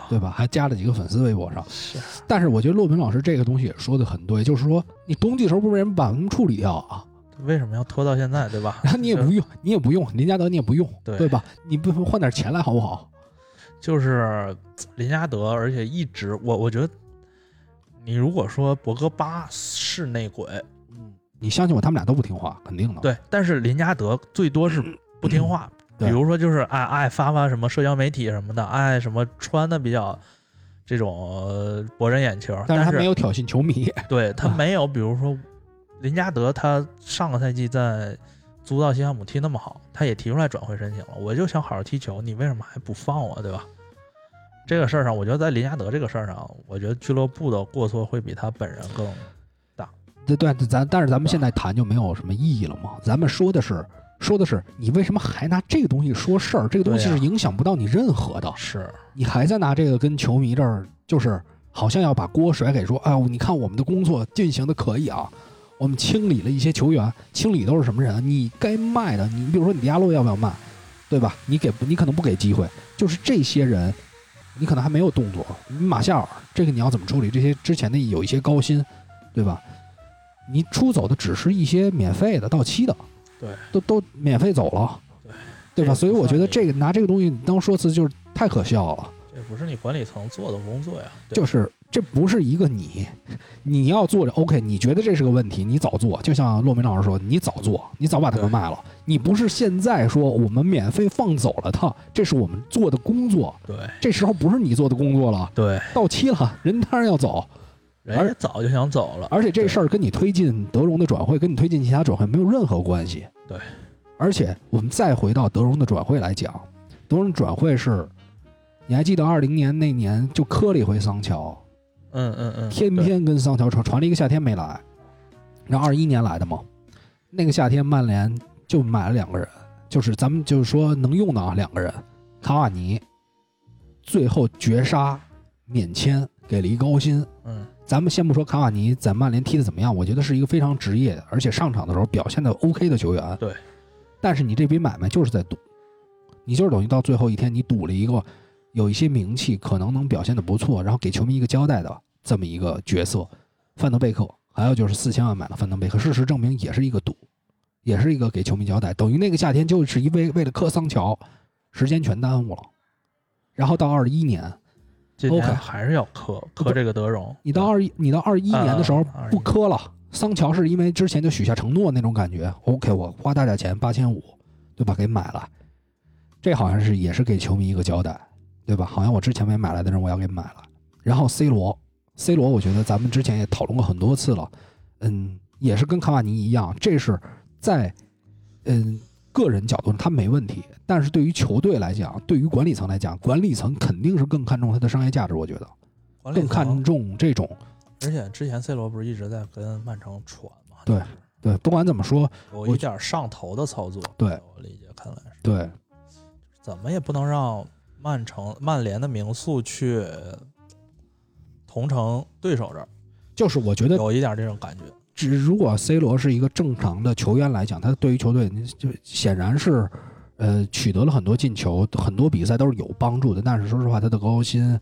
A: 对吧？还加了几个粉丝微博上。
B: 是
A: 但是我觉得骆明老师这个东西也说的很对，就是说你冬季时候不是人把他们处理掉
B: *laughs*
A: 啊，
B: 为什么要拖到现在，对吧？ *laughs*
A: 然后你也不用，你也不用林加德，你也不用，
B: 对
A: 对吧？你不换点钱来好不好？
B: 就是林加德，而且一直我我觉得，你如果说博格巴是内鬼，
A: 嗯，你相信我，他们俩都不听话，肯定的。，
B: 对，但是林加德最多是不听话，
A: 嗯对
B: 比如说就是爱爱发发什么社交媒体什么的，爱什么穿的比较这种呃博人眼球，
A: 但是
B: 但
A: 他没有挑衅球迷。
B: 对他
A: 啊
B: 没有，比如说林加德他上个赛季在租到西汉姆踢那么好，他也提出来转会申请了，我就想好好踢球，你为什么还不放我，对吧？这个事儿上，我觉得在林加德这个事儿上，我觉得俱乐部的过错会比他本人更
A: 对对，咱但是咱们现在谈就没有什么意义了嘛。咱们说的是说的是你为什么还拿这个东西说事儿？这个东西是
B: 对呀
A: 影响不到你任何的，
B: 是
A: 你还在拿这个跟球迷这儿，就是好像要把锅甩给说，哎，你看我们的工作进行的可以啊，我们清理了一些球员，清理都是什么人啊？你该卖的，你比如说你迪亚洛要不要卖，对吧？你给不，你可能不给机会，就是这些人，你可能还没有动作。马夏尔这个你要怎么处理？这些之前的有一些高薪，对吧？你出走的只是一些免费的、到期的，
B: 对，
A: 都都免费走了，对吧？
B: 这
A: 所以
B: 不
A: 我觉
B: 算
A: 得
B: 你
A: 这个拿这个东西当说辞就是太可笑了。
B: 这不是你管理层做的工作呀，对吧
A: 就是这不是一个你，你要做着 OK，你觉得这是个问题，你早做。就像骆明老师说，你早做，你早把他们
B: 对
A: 卖了。你不是现在说我们免费放走了他，这是我们做的工作。
B: 对
A: 这时候不是你做的工作了，
B: 对，
A: 到期了，人当然要走。
B: 人家早就想走了，
A: 而且这事儿跟你推进德容的转会，跟你推进其他转会没有任何关系。
B: 对，
A: 而且我们再回到德容的转会来讲，德容的转会是，你还记得二零年那年就磕了一回桑乔，
B: 嗯嗯嗯，
A: 天天跟桑乔传传了一个夏天没来，然后二一年来的嘛，那个夏天曼联就买了两个人，就是咱们就是说能用的啊两个人，卡瓦尼，最后绝杀免签给了一高薪。
B: 对嗯
A: 咱们先不说卡瓦尼在曼联踢的怎么样，我觉得是一个非常职业，而且上场的时候表现的 OK 的球员。
B: 对，
A: 但是你这笔买卖就是在赌，你就是等于到最后一天，你赌了一个有一些名气，可能能表现的不错，然后给球迷一个交代的这么一个角色。范德贝克，还有就是四千万买了范德贝克，事实证明也是一个赌，也是一个给球迷交代，等于那个夏天就是因为为了克桑乔，时间全耽误了。然后到二一年，
B: 今年
A: OK
B: 还是要磕
A: 不
B: 磕这个德容，
A: 你到二一，你到二一年的时候
B: 嗯
A: 不磕了。桑乔是因为之前就许下承诺那种感觉，OK，我花大价钱八千五，对吧？给买了，这好像是也是给球迷一个交代，对吧？好像我之前没买来的人，我要给买了。然后 C 罗，C 罗，我觉得咱们之前也讨论过很多次了，嗯，也是跟卡瓦尼一样，这是在嗯个人角度他没问题，但是对于球队来讲，对于管理层来讲，管理层肯定是更看重他的商业价值，我觉得
B: 管理
A: 更
B: 层
A: 看重这种
B: 而且之前 C 罗不是一直在跟曼城传嘛？
A: 对
B: 就是
A: 对，不管怎么说，
B: 有一点上头的操作。
A: 对
B: 在我理解看来是，
A: 对
B: 怎么也不能让曼城、曼联的名宿去同城对手这儿，
A: 就是我觉得，
B: 有一点这种感觉。
A: 只如果 C 罗是一个正常的球员来讲，他对于球队就显然是，呃，取得了很多进球，很多比赛都是有帮助的。但是说实话，他的高薪，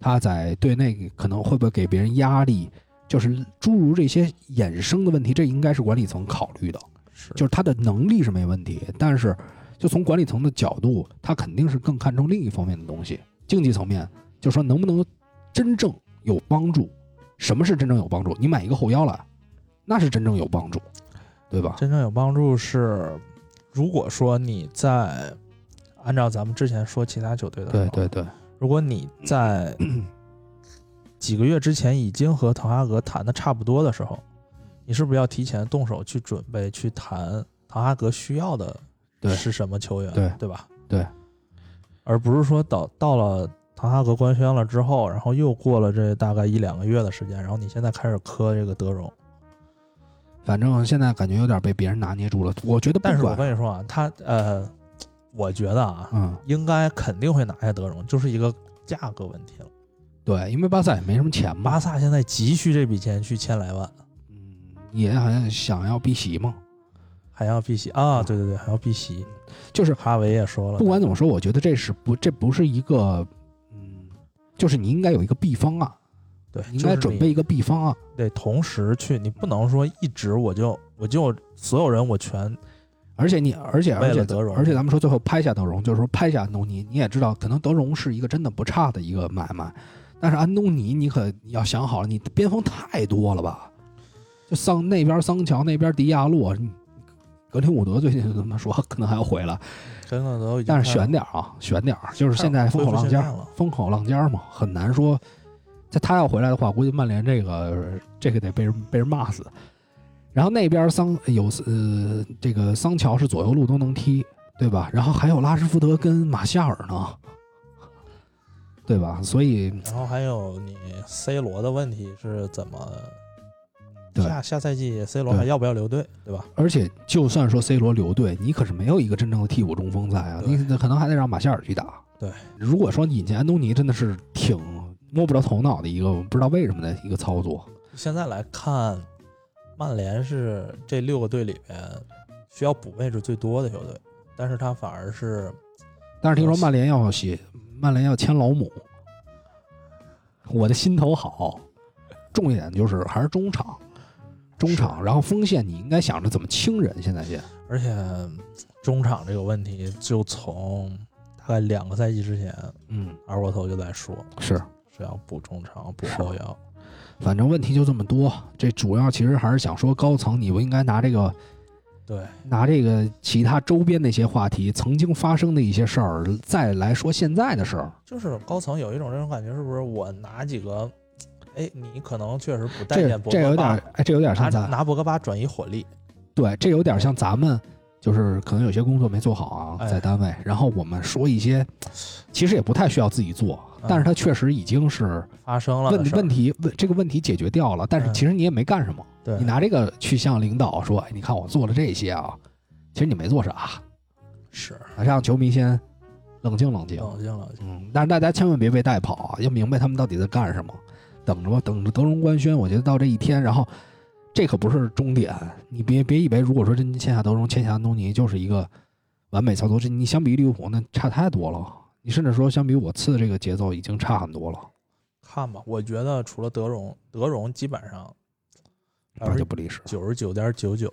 A: 他在队内可能会不会给别人压力，就是诸如这些衍生的问题，这应该是管理层考虑的。
B: 是，
A: 就是他的能力是没问题，但是就从管理层的角度，他肯定是更看重另一方面的东西，竞技层面，就说能不能真正有帮助？什么是真正有帮助？你买一个后腰来，那是真正有帮助，对吧？
B: 真正有帮助是，如果说你在按照咱们之前说其他球队的，
A: 对对，对，
B: 如果你在几个月之前已经和滕哈格谈的差不多的时候，你是不是要提前动手去准备去谈滕哈格需要的
A: 对
B: 是什么球员，
A: 对
B: 吧？
A: 对，
B: 而不是说到到了滕哈格官宣了之后，然后又过了这大概一两个月的时间，然后你现在开始磕这个德容。
A: 反正现在感觉有点被别人拿捏住了。我觉得
B: 但
A: 不
B: 是我
A: 管，
B: 跟你说啊，他呃，我觉得啊，
A: 嗯，
B: 应该肯定会拿下德容，就是一个价格问
A: 嗯
B: 题了。
A: 对，因为巴萨也没什么钱嘛
B: 巴，萨现在急需这笔钱去千来万，
A: 嗯，也好像想要避席嘛，
B: 还要避席啊！对对对，还要避席。
A: 就是
B: 哈维也说了，
A: 不管怎么说，我觉得这是不这不是一个，嗯，就是你应该有一个 B 方啊案，
B: 对，
A: 你应
B: 就是
A: 该
B: 你
A: 准备一个 B 方啊案。
B: 得同时去，你不能说一直我就我就所有人我全
A: 而且你，而且而
B: 为
A: 且
B: 了德容
A: 而且咱们说最后拍下德容，就是说拍下安东尼，你也知道，可能德容是一个真的不差的一个买卖，但是安东尼你可要想好了，你边锋太多了吧？就桑那边桑乔那边迪亚洛，你格林伍德最近就他妈说可能还要回来，
B: 格林伍德已经
A: 但是
B: 开
A: 悬点儿啊，悬点儿，就是
B: 始
A: 现在风口
B: 恢复
A: 浪
B: 训
A: 尖
B: 练
A: 儿
B: 了，
A: 风口浪尖儿嘛，很难说。他他要回来的话，估计曼联这个这个得被人被人骂死。然后那边桑有呃这个桑乔是左右路都能踢，对吧？然后还有拉什福德跟马夏尔呢，对吧？所以
B: 然后还有你 C 罗的问题是怎么？
A: 对
B: 下下赛季 C 罗
A: 对
B: 还要不要留队，对吧？
A: 而且就算说 C 罗留队，你可是没有一个真正的替补中锋在啊，
B: 对
A: 你可能还得让马夏尔去打。
B: 对，
A: 如果说引进安东尼，真的是挺摸不着头脑的一个不知道为什么的一个操作。
B: 现在来看，曼联是这六个队里边需要补位置最多的球队，但是他反而是
A: 但是听说曼联要写，曼联要签老姆，我的心头好。重点就是还是中场，中场，然后锋线你应该想着怎么清人，现在先。
B: 而且中场这个问题，就从大概两个赛季之前，
A: 嗯，
B: 二锅头就在说
A: 是，
B: 是要补中场、补
A: 是
B: 后腰。
A: 反正问题就这么多。这主要其实还是想说高层，你不应该拿这个
B: 对，
A: 拿这个其他周边的一些话题，曾经发生的一些事儿，再来说现在的事儿，
B: 就是高层有一种这种感觉，是不是？我拿几个，哎，你可能确实不待
A: 这
B: 见博
A: 这有点
B: 格巴
A: 儿，，哎，这有点儿
B: 拿
A: 像咱
B: 拿博格巴转移火力，
A: 对，这有点像咱们，就是可能有些工作没做好啊，
B: 哎
A: 在单位，然后我们说一些，其实也不太需要自己做，啊但是它确实已经是
B: 发生了
A: 问
B: 嗯的事儿
A: 问题问这个问题解决掉了，但是
B: 嗯
A: 其实你也没干什么，
B: 对，
A: 你拿这个去向领导说，哎，你看我做了这些啊，其实你没做啥，
B: 是
A: 让球迷先冷静冷静。
B: 冷静冷静。
A: 嗯，但是大家千万别被带跑啊，要明白他们到底在干什么。等着吧，等着德容官宣，我觉得到这一天，然后这可不是终点。你别别以为，如果说真签下德容，签下安东尼，就是一个完美操作。这你相比于利物浦，那差太多了。你甚至说，相比我次这个节奏已经差很多了，
B: 看吧，我觉得除了德容，德容基本上百
A: 那
B: 分
A: 就
B: 之
A: 不离实。
B: 九十九点九九，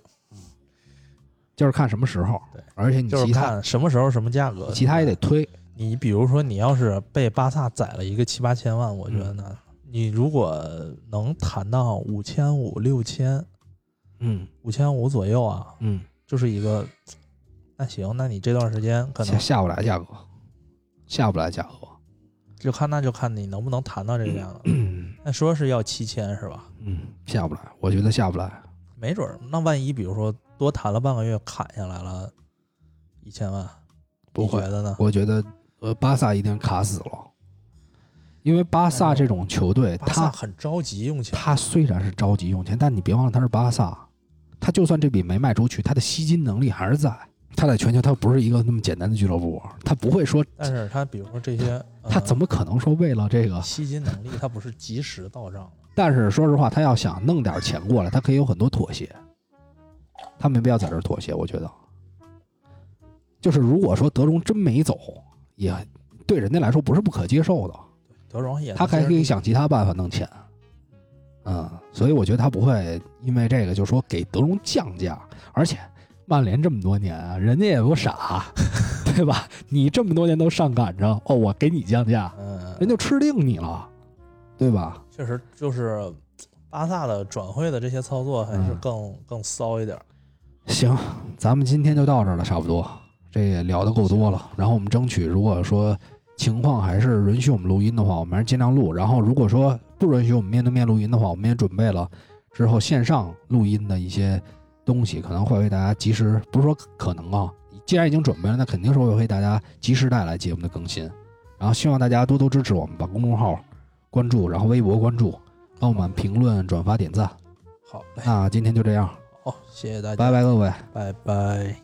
A: 就是看什么时候，
B: 对，
A: 而且你
B: 就是
A: 嗯其他
B: 看什么时候什么价格。
A: 其他也得推，
B: 你比如说，你要是被巴萨宰了一个七八千万，我觉
A: 嗯
B: 得呢，你如果能谈到五千五、六千、
A: 嗯
B: 五千五左右啊，
A: 嗯，
B: 就是一个，那行，那你这段时间可
A: 下
B: 能
A: 下不来价格，下不来价格，
B: 就看那就看你能不能谈到这个价格。那说是要七千是吧？
A: 嗯，下不来，我觉得下不来。
B: 没准儿，那万一比如说多谈了半个月，砍下来了一千万，
A: 不
B: 你
A: 会
B: 觉得呢？
A: 我觉得呃，巴萨一定卡死了，因为巴萨这种球队，
B: 哎巴萨
A: 他
B: 很着急用钱，
A: 他虽然是着急用钱，但你别忘了他是巴萨，他就算这笔没卖出去，他的吸金能力还是在。他在全球，他不是一个那么简单的俱乐部，他不会说，
B: 但是他比如说这些，
A: 他怎
B: 么
A: 么可能说为了这个？
B: 吸金能力，他不是及时到账的。
A: 但是说实话，他要想弄点钱过来，他可以有很多妥协，他没必要在这儿妥协。我觉得，就是如果说德容真没走，也对人家来说不是不可接受的。
B: 德容也
A: 他还可以想其他办法弄钱，嗯，所以我觉得他不会因为这个就说给德容降价，而且曼联这么多年啊，人家也不傻， *laughs* 对吧？你这么多年都上赶着，哦，我给你降价，
B: 嗯，
A: 人就吃定你了，对吧？
B: 确实就是巴萨的转会的这些操作还是
A: 嗯
B: 更、更骚一点儿。
A: 行，咱们今天就到这儿了，差不多，这也聊得够多了。然后我们争取，如果说情况还是允许我们录音的话，我们还是尽量录。然后如果说不允许我们面对面录音的话，我们也准备了之后线上录音的一些东西，可能会为大家及时，不是说可能啊，既然已经准备了，那肯定是会为大家及时带来节目的更新。然后希望大家多多支持我们，把公众号关注，然后微博关注，帮我们评论、转发、点赞。
B: 好嘞，
A: 那今天就这样，
B: 好，谢谢大家，
A: 拜拜各位。
B: 拜拜。